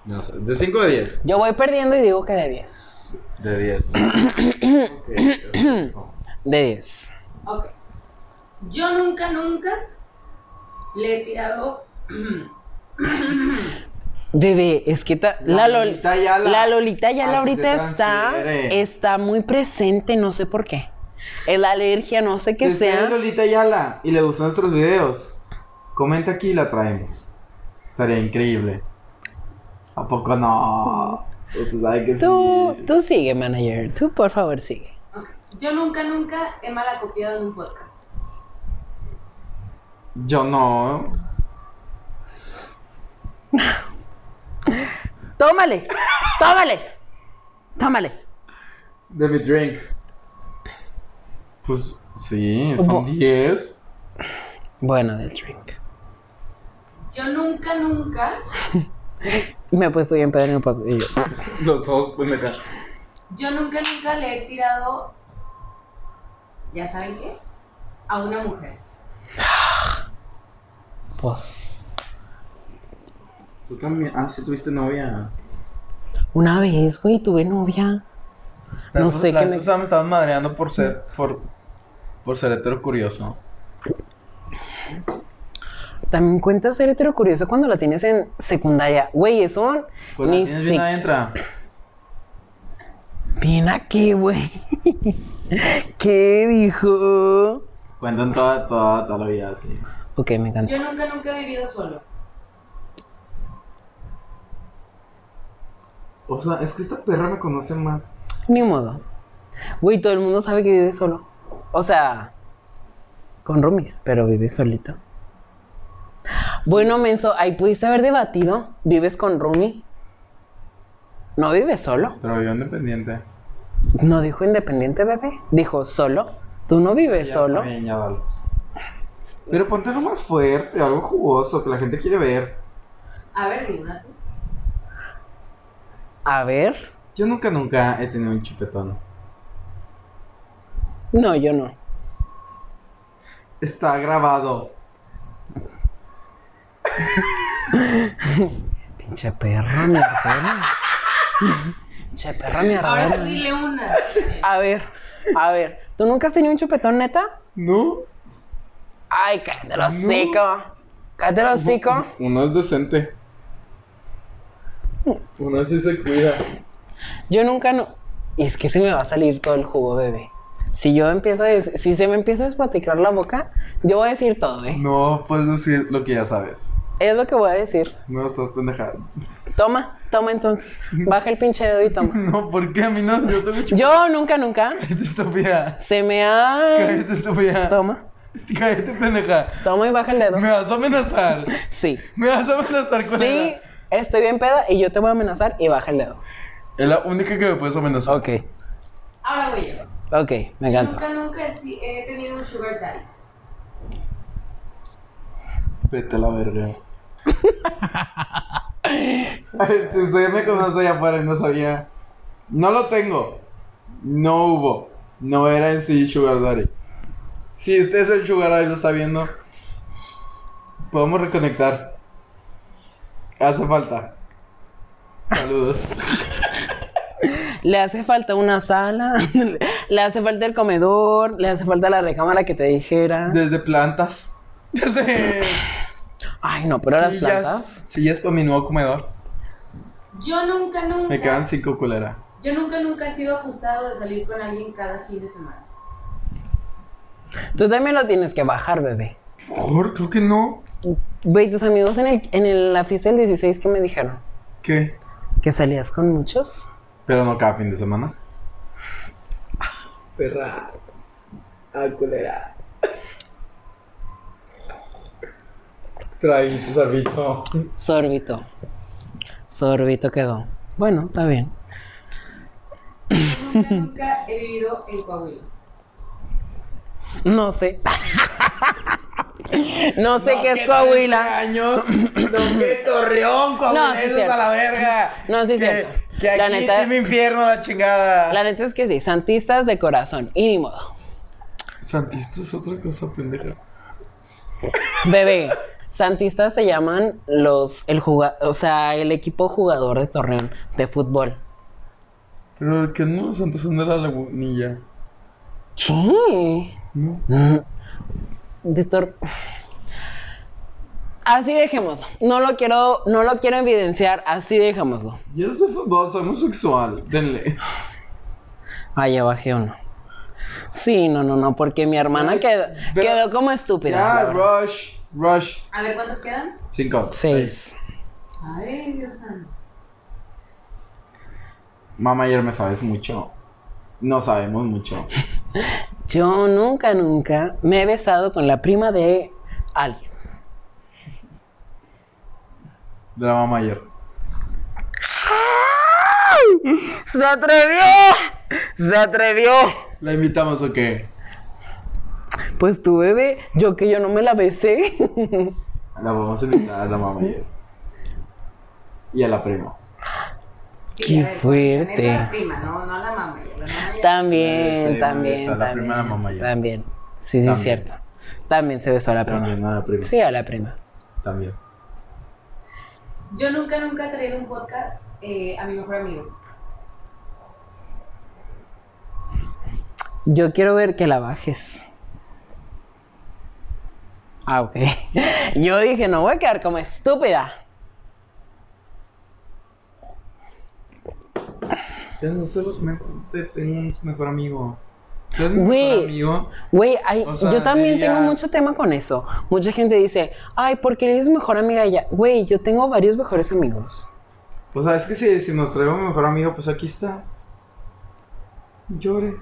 [SPEAKER 1] No sé. De 5 o de 10.
[SPEAKER 2] Yo voy perdiendo y digo que de 10.
[SPEAKER 1] De 10.
[SPEAKER 2] De 10.
[SPEAKER 3] Ok. Yo nunca, nunca le he tirado.
[SPEAKER 2] Bebé, es que ta- la, Lol-
[SPEAKER 1] Lolita ya la-
[SPEAKER 2] la Lolita ya
[SPEAKER 1] Ah, que
[SPEAKER 2] ahorita
[SPEAKER 1] se
[SPEAKER 2] está,
[SPEAKER 1] transfiere.
[SPEAKER 2] está muy presente, no sé por qué. Es la alergia, no sé qué
[SPEAKER 1] si usted
[SPEAKER 2] sea.
[SPEAKER 1] es Lolita Ayala y le gustan nuestros videos, comenta aquí y la traemos. Estaría increíble. ¿A poco no? Usted sabe que
[SPEAKER 2] Tú,
[SPEAKER 1] sí.
[SPEAKER 2] tú sigue, manager. Tú, por favor, sigue.
[SPEAKER 3] Ok. Yo nunca, nunca he malacopiado en un podcast.
[SPEAKER 1] Yo no.
[SPEAKER 2] Tómale, tómale, tómale.
[SPEAKER 1] De mi drink. Pues sí,
[SPEAKER 2] Bo-
[SPEAKER 1] son 10.
[SPEAKER 2] Bueno, del drink.
[SPEAKER 3] Yo nunca, nunca.
[SPEAKER 2] Me he puesto bien pedo en el post. y yo,
[SPEAKER 1] Los ojos, pendeja.
[SPEAKER 3] Yo nunca, nunca le he tirado. ¿Ya saben qué? A una mujer.
[SPEAKER 2] Pues,
[SPEAKER 1] Tú también. Ah, sí, tuviste novia.
[SPEAKER 2] una vez, güey, tuve novia. No
[SPEAKER 1] Las-
[SPEAKER 2] sé
[SPEAKER 1] pues, las
[SPEAKER 2] qué me-
[SPEAKER 1] cosas me estaban madreando por ser. por. por ser hetero curioso.
[SPEAKER 2] También cuenta ser hetero curioso cuando la tienes en secundaria. Güey, eso
[SPEAKER 1] Pues la
[SPEAKER 2] ni
[SPEAKER 1] tienes bien
[SPEAKER 2] siquiera.
[SPEAKER 1] adentro.
[SPEAKER 2] Bien aquí, güey. ¿Qué dijo?
[SPEAKER 1] Cuentan toda, toda, toda la vida así.
[SPEAKER 2] Ok, me encanta.
[SPEAKER 3] Yo nunca, nunca he vivido solo.
[SPEAKER 1] O sea, es que esta perra me conoce más.
[SPEAKER 2] Ni modo. Güey, todo el mundo sabe que vive solo. O sea, con roomies, pero vive solito. Bueno, Menso, ahí pudiste haber debatido. ¿Vives con roomie? No vives solo.
[SPEAKER 1] Pero yo independiente.
[SPEAKER 2] No dijo independiente, bebé. Dijo solo. Tú no vives
[SPEAKER 1] Ya
[SPEAKER 2] solo.
[SPEAKER 1] está bien, ya vale. Pero ponte algo más fuerte, algo jugoso que la gente quiere ver.
[SPEAKER 3] A ver, di una tú.
[SPEAKER 2] A ver.
[SPEAKER 1] Yo nunca, nunca he tenido un chupetón.
[SPEAKER 2] No, yo no.
[SPEAKER 1] Está grabado.
[SPEAKER 2] Pinche perra, mi arrogante. Pinche perra, mi
[SPEAKER 3] Ahora tú
[SPEAKER 2] arrogante.
[SPEAKER 3] dile una.
[SPEAKER 2] A ver, a ver. ¿Tú nunca has tenido un chupetón, neta?
[SPEAKER 1] ¿No?
[SPEAKER 2] Ay, cállate el hocico. Cállate el hocico.
[SPEAKER 1] Uno es decente. Uno sí se cuida.
[SPEAKER 2] Yo nunca no. Es que se me va a salir todo el jugo, bebé. Si yo empiezo a des- si se me empieza a despotricar la boca, yo voy a decir todo, ¿eh?
[SPEAKER 1] No puedes decir lo que ya sabes.
[SPEAKER 2] Es lo que voy a decir.
[SPEAKER 1] No estás pendejada.
[SPEAKER 2] Toma, toma entonces. Baja el pinche dedo y toma.
[SPEAKER 1] No, ¿por qué a mí no? Yo tengo chupetón.
[SPEAKER 2] Yo nunca, nunca
[SPEAKER 1] Cállate, estúpida.
[SPEAKER 2] se me ha.
[SPEAKER 1] Cállate, estúpida.
[SPEAKER 2] Toma,
[SPEAKER 1] Cállate, pendeja.
[SPEAKER 2] toma y baja el dedo.
[SPEAKER 1] Me vas a amenazar.
[SPEAKER 2] Sí,
[SPEAKER 1] Me vas a amenazar con
[SPEAKER 2] sí,
[SPEAKER 1] ella.
[SPEAKER 2] estoy bien peda y yo te voy a amenazar y baja el dedo.
[SPEAKER 1] Es la única que me puedes amenazar.
[SPEAKER 2] Ok,
[SPEAKER 3] Ahora voy yo.
[SPEAKER 2] ok, me
[SPEAKER 3] Yo
[SPEAKER 2] encanta.
[SPEAKER 3] Nunca, nunca he si- he tenido un sugar daddy.
[SPEAKER 1] Vete a la verga. Ay, si usted me conoce allá afuera y no sabía. No lo tengo. No hubo. No era en sí Sugar Daddy. Si usted es el Sugar Daddy y lo está viendo, podemos reconectar. Hace falta. Saludos.
[SPEAKER 2] Le hace falta una sala, le hace falta el comedor, le hace falta la recámara que te dijera.
[SPEAKER 1] Desde plantas. Desde.
[SPEAKER 2] Ay, no, pero las
[SPEAKER 1] sillas.
[SPEAKER 2] plantas.
[SPEAKER 1] Sillas para mi nuevo comedor.
[SPEAKER 3] Yo nunca, nunca.
[SPEAKER 1] Me quedan cinco culeras.
[SPEAKER 3] Yo nunca, nunca he sido acusado de salir con alguien cada fin de semana.
[SPEAKER 2] Tú también lo tienes que bajar, bebé.
[SPEAKER 1] Por, creo que no.
[SPEAKER 2] Güey, tus amigos en, el, en el- la fiesta del 16 que me dijeron
[SPEAKER 1] ¿Qué?
[SPEAKER 2] que salías con muchos.
[SPEAKER 1] Pero no cada fin de semana. Perra. Ah, culera. Trae tu sorbito.
[SPEAKER 2] Sorbito. Sorbito quedó. Bueno, está bien.
[SPEAKER 3] Yo nunca, nunca he vivido en Coahuila.
[SPEAKER 2] No sé. no sé qué es Coahuila.
[SPEAKER 1] años. No, que Torreón,
[SPEAKER 2] No, sí es
[SPEAKER 1] coahuilenses
[SPEAKER 2] cierto.
[SPEAKER 1] a la verga.
[SPEAKER 2] No, sí es
[SPEAKER 1] Que-
[SPEAKER 2] cierto.
[SPEAKER 1] Que aquí
[SPEAKER 2] La neta-
[SPEAKER 1] tiene infierno la chingada.
[SPEAKER 2] La neta es que sí, santistas de corazón. Y ni modo.
[SPEAKER 1] Santista es otra cosa, pendeja.
[SPEAKER 2] Bebé. Santistas se llaman los el juga- o sea, el equipo jugador de Torreón de fútbol.
[SPEAKER 1] Pero que no, Santos son de la lagunilla.
[SPEAKER 2] ¿Qué?
[SPEAKER 1] No.
[SPEAKER 2] Mm. Víctor. Así dejémoslo. No lo quiero, no lo quiero evidenciar, así dejémoslo.
[SPEAKER 1] Yo no soy fútbol, soy homosexual. Denle.
[SPEAKER 2] Ah, ya bajé uno. Sí, no, no, no, porque mi hermana
[SPEAKER 1] Ay,
[SPEAKER 2] quedó,
[SPEAKER 1] pero-
[SPEAKER 2] quedó como estúpida. la
[SPEAKER 1] Ya,
[SPEAKER 2] verdad.
[SPEAKER 1] rush, rush.
[SPEAKER 3] A ver, ¿cuántos quedan?
[SPEAKER 1] Cinco.
[SPEAKER 2] Seis.
[SPEAKER 3] Ay, Dios santo.
[SPEAKER 1] Mamá, ayer me sabes mucho. No sabemos mucho.
[SPEAKER 2] Yo nunca, nunca me he besado con la prima de alguien.
[SPEAKER 1] De la mamá ayer.
[SPEAKER 2] ¡Se atrevió! ¡Se atrevió!
[SPEAKER 1] ¿La invitamos o qué?
[SPEAKER 2] Pues tu bebé, yo que yo no me la besé.
[SPEAKER 1] La vamos a invitar a la mamá ayer. Y a la prima.
[SPEAKER 3] Sí,
[SPEAKER 2] Qué
[SPEAKER 3] a ver, cuenten.
[SPEAKER 2] fuerte.
[SPEAKER 3] Es la prima, no, no la mamá. ya, La mamá ya-
[SPEAKER 2] También,
[SPEAKER 1] Sí,
[SPEAKER 2] también.
[SPEAKER 1] besó a la
[SPEAKER 2] también,
[SPEAKER 1] prima de la mamá ya.
[SPEAKER 2] También. Sí, sí,
[SPEAKER 1] También.
[SPEAKER 2] cierto. También se besó a la prima.
[SPEAKER 1] También, a la prima.
[SPEAKER 2] Sí, a la prima.
[SPEAKER 1] También.
[SPEAKER 3] Yo nunca, nunca he traído un podcast eh, a mi mejor amigo.
[SPEAKER 2] Yo quiero ver que la bajes. Ah, ok. Yo dije, no voy a quedar como estúpida.
[SPEAKER 1] Yo no solo me- te- tengo un mejor amigo. Yo es
[SPEAKER 2] Güey.
[SPEAKER 1] amigo.
[SPEAKER 2] Güey, ay,
[SPEAKER 1] O sea,
[SPEAKER 2] yo también
[SPEAKER 1] diría-
[SPEAKER 2] tengo mucho tema con eso. Mucha gente dice, ay, porque eres mejor amiga de ella. Güey, yo tengo varios mejores amigos.
[SPEAKER 1] O sea, es que si, si nos traemos mejor amigo, pues aquí está. Llore.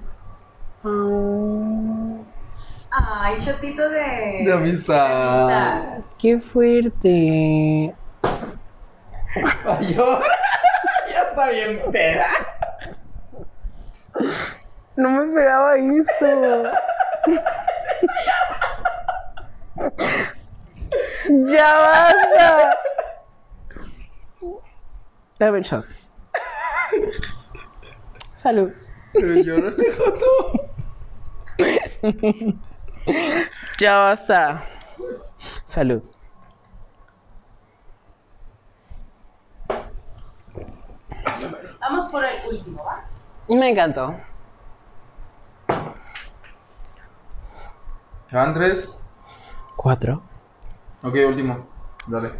[SPEAKER 2] Ah,
[SPEAKER 3] Ay, shotito de.
[SPEAKER 1] De amistad.
[SPEAKER 3] amistad.
[SPEAKER 2] qué fuerte.
[SPEAKER 1] A llorar. ya está bien peda.
[SPEAKER 2] No me esperaba esto. ya basta. Dame el shot. Salud.
[SPEAKER 1] Pero llora dejó todo.
[SPEAKER 2] Ya basta. Salud.
[SPEAKER 3] Vamos por el último, ¿va?
[SPEAKER 2] Me encantó.
[SPEAKER 1] Quedan tres.
[SPEAKER 2] Cuatro.
[SPEAKER 1] Ok, último. Dale.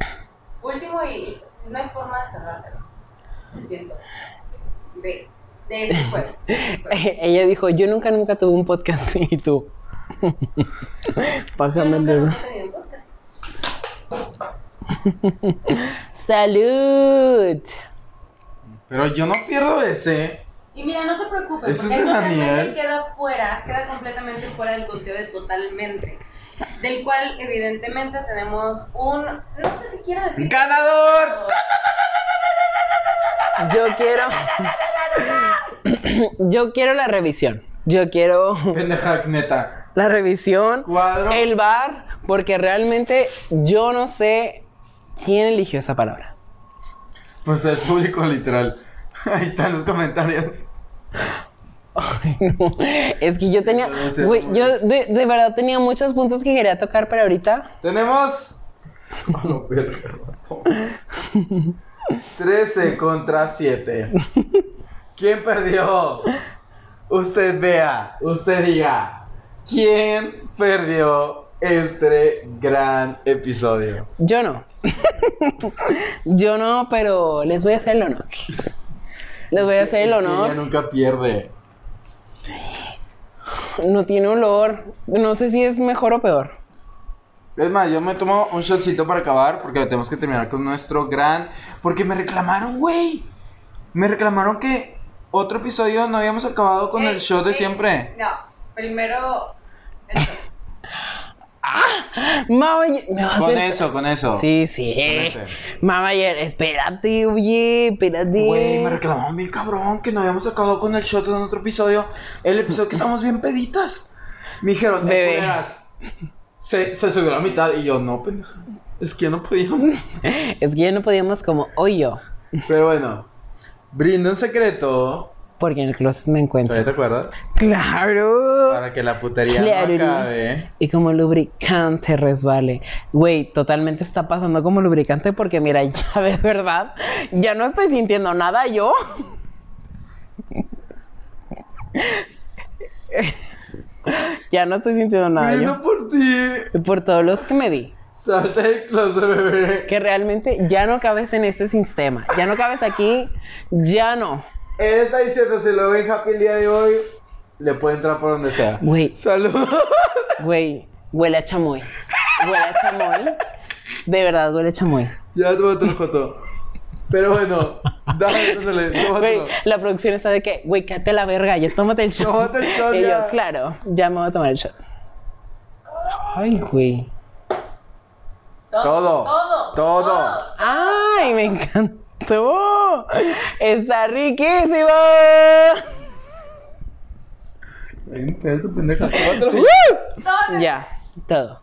[SPEAKER 3] Último y no hay forma de cerrarlo. Lo siento. De, de este juego.
[SPEAKER 2] Ella dijo, yo nunca, nunca tuve un podcast. Y tú.
[SPEAKER 3] Yo
[SPEAKER 2] Bájame el
[SPEAKER 3] nunca
[SPEAKER 2] dedo.
[SPEAKER 3] nunca he tenido un podcast.
[SPEAKER 2] Salud.
[SPEAKER 1] Pero yo no pierdo ese.
[SPEAKER 3] Y mira, no se preocupen,
[SPEAKER 1] Ese
[SPEAKER 3] porque
[SPEAKER 1] es
[SPEAKER 3] eso
[SPEAKER 1] Daniel.
[SPEAKER 3] también queda fuera, queda completamente fuera del conteo de totalmente. Del cual, evidentemente, tenemos un. No sé si quiero decir.
[SPEAKER 1] ¡Ganador!
[SPEAKER 2] Yo quiero. Yo quiero la revisión. Yo quiero
[SPEAKER 1] Pendeja, neta.
[SPEAKER 2] la revisión.
[SPEAKER 1] Cuadro.
[SPEAKER 2] El bar, porque realmente yo no sé quién eligió esa palabra.
[SPEAKER 1] Pues el público literal. Ahí están los comentarios.
[SPEAKER 2] Ay, no. Es que yo tenía.
[SPEAKER 1] No sé,
[SPEAKER 2] güey,
[SPEAKER 1] amor.
[SPEAKER 2] yo de, de verdad tenía muchos puntos que quería tocar, pero ahorita.
[SPEAKER 1] Tenemos. A la verga, vato. 13 contra 7. ¿Quién perdió? Usted vea, usted diga. ¿Quién perdió este gran episodio?
[SPEAKER 2] Yo no. yo no, pero les voy a hacer el honor. Les voy a hacer el
[SPEAKER 1] Es que
[SPEAKER 2] honor.
[SPEAKER 1] Ella nunca pierde.
[SPEAKER 2] No tiene olor. No sé si es mejor o peor.
[SPEAKER 1] Es más, yo me tomo un shotcito para acabar porque tenemos que terminar con nuestro gran... Porque me reclamaron, güey. Me reclamaron que otro episodio no habíamos acabado con
[SPEAKER 3] Eh,
[SPEAKER 1] el shot de
[SPEAKER 3] eh,
[SPEAKER 1] siempre.
[SPEAKER 3] No, primero. el show.
[SPEAKER 2] Mamá, oye, me
[SPEAKER 3] Ah,
[SPEAKER 2] va a
[SPEAKER 1] Con
[SPEAKER 2] hacer.
[SPEAKER 1] eso, con eso.
[SPEAKER 2] Sí, sí.
[SPEAKER 1] Con ese.
[SPEAKER 2] Mamá, ayer, espérate, oye, espérate.
[SPEAKER 1] Güey, me reclamaron bien cabrón que no habíamos acabado con el shot en otro episodio. El episodio que estamos bien peditas. Me dijeron, "Eh,
[SPEAKER 2] Bebé.
[SPEAKER 1] culeras". Se, se subió a la mitad y yo, no, pendeja. Es que no podíamos.
[SPEAKER 2] Es que ya no podíamos como hoy yo,
[SPEAKER 1] Pero bueno, brindo un secreto.
[SPEAKER 2] porque en el closet me encuentro.
[SPEAKER 1] ¿Todavía te acuerdas?
[SPEAKER 2] Claro.
[SPEAKER 1] Para que la putería
[SPEAKER 2] Claro.
[SPEAKER 1] no acabe. ¿eh?
[SPEAKER 2] Y como lubricante resbale. Güey, totalmente está pasando como lubricante porque mira, ya de verdad, ya no estoy sintiendo nada yo. ya no estoy sintiendo nada yo.
[SPEAKER 1] Brindo por ti.
[SPEAKER 2] por todos los que me di.
[SPEAKER 1] Salte del closet, bebé.
[SPEAKER 2] Que realmente ya no cabes en este sistema. Ya no cabes aquí. Ya no.
[SPEAKER 1] Él está diciendo, si lo ven happy el día de hoy, le puede entrar por donde sea.
[SPEAKER 2] Güey,
[SPEAKER 1] Saludos.
[SPEAKER 2] güey. Huele a chamoy. Huele a chamoy. De verdad, huele a chamoy.
[SPEAKER 1] ya tuve otro joto. Pero bueno, dale, dale,
[SPEAKER 2] Güey,
[SPEAKER 1] tómatelo.
[SPEAKER 2] la producción está de que, güey, cállate la verga, ya tómate el shot.
[SPEAKER 1] Tómate el shot,
[SPEAKER 2] Y
[SPEAKER 1] ya.
[SPEAKER 2] yo, claro, ya me voy a tomar el shot. Ay, güey.
[SPEAKER 1] Todo,
[SPEAKER 3] Todo.
[SPEAKER 1] todo.
[SPEAKER 2] Ay, me encantó. Está riquísimo.
[SPEAKER 1] Hay un pedazo pendeja. Tómatelo.
[SPEAKER 3] Todo.
[SPEAKER 2] Ya, todo.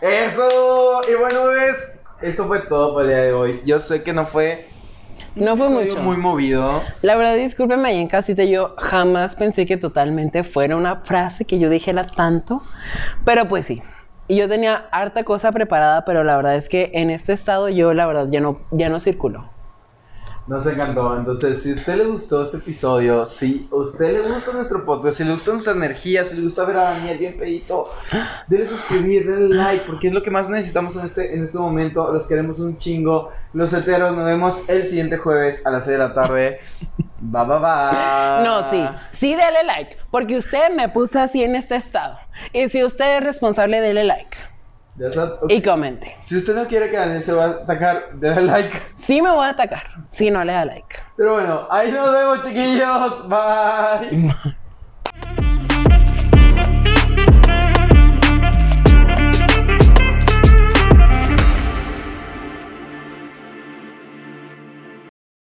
[SPEAKER 1] Eso, y bueno, ves, eso fue todo para el día de hoy. Yo sé que no fue
[SPEAKER 2] No fue
[SPEAKER 1] algo
[SPEAKER 2] mucho.
[SPEAKER 1] muy movido.
[SPEAKER 2] La verdad, discúlpenme ahí en casita, yo jamás pensé que totalmente fuera una frase que yo dijera tanto, pero pues sí. Y yo tenía harta cosa preparada, pero la verdad es que en este estado yo la verdad ya no, ya no circulo.
[SPEAKER 1] Nos encantó. Entonces, si a usted le gustó este episodio, si a usted le gusta nuestro podcast, si le gusta nuestra energía, si le gusta ver a Daniel bien pedito, denle suscribir, denle like, porque es lo que más necesitamos en este, en este momento. Los queremos un chingo. Los heteros, nos vemos el siguiente jueves a las 6 de la tarde. Bye, bye, bye.
[SPEAKER 2] No, sí, sí dele like, porque usted me puso así en este estado. Y si usted es responsable, dele like
[SPEAKER 1] Ya está. Ok.
[SPEAKER 2] y comente.
[SPEAKER 1] Si usted no quiere que Daniel se va a atacar, denle like.
[SPEAKER 2] Sí me voy a atacar, si no le da like.
[SPEAKER 1] Pero bueno, ahí nos vemos, chiquillos. Bye.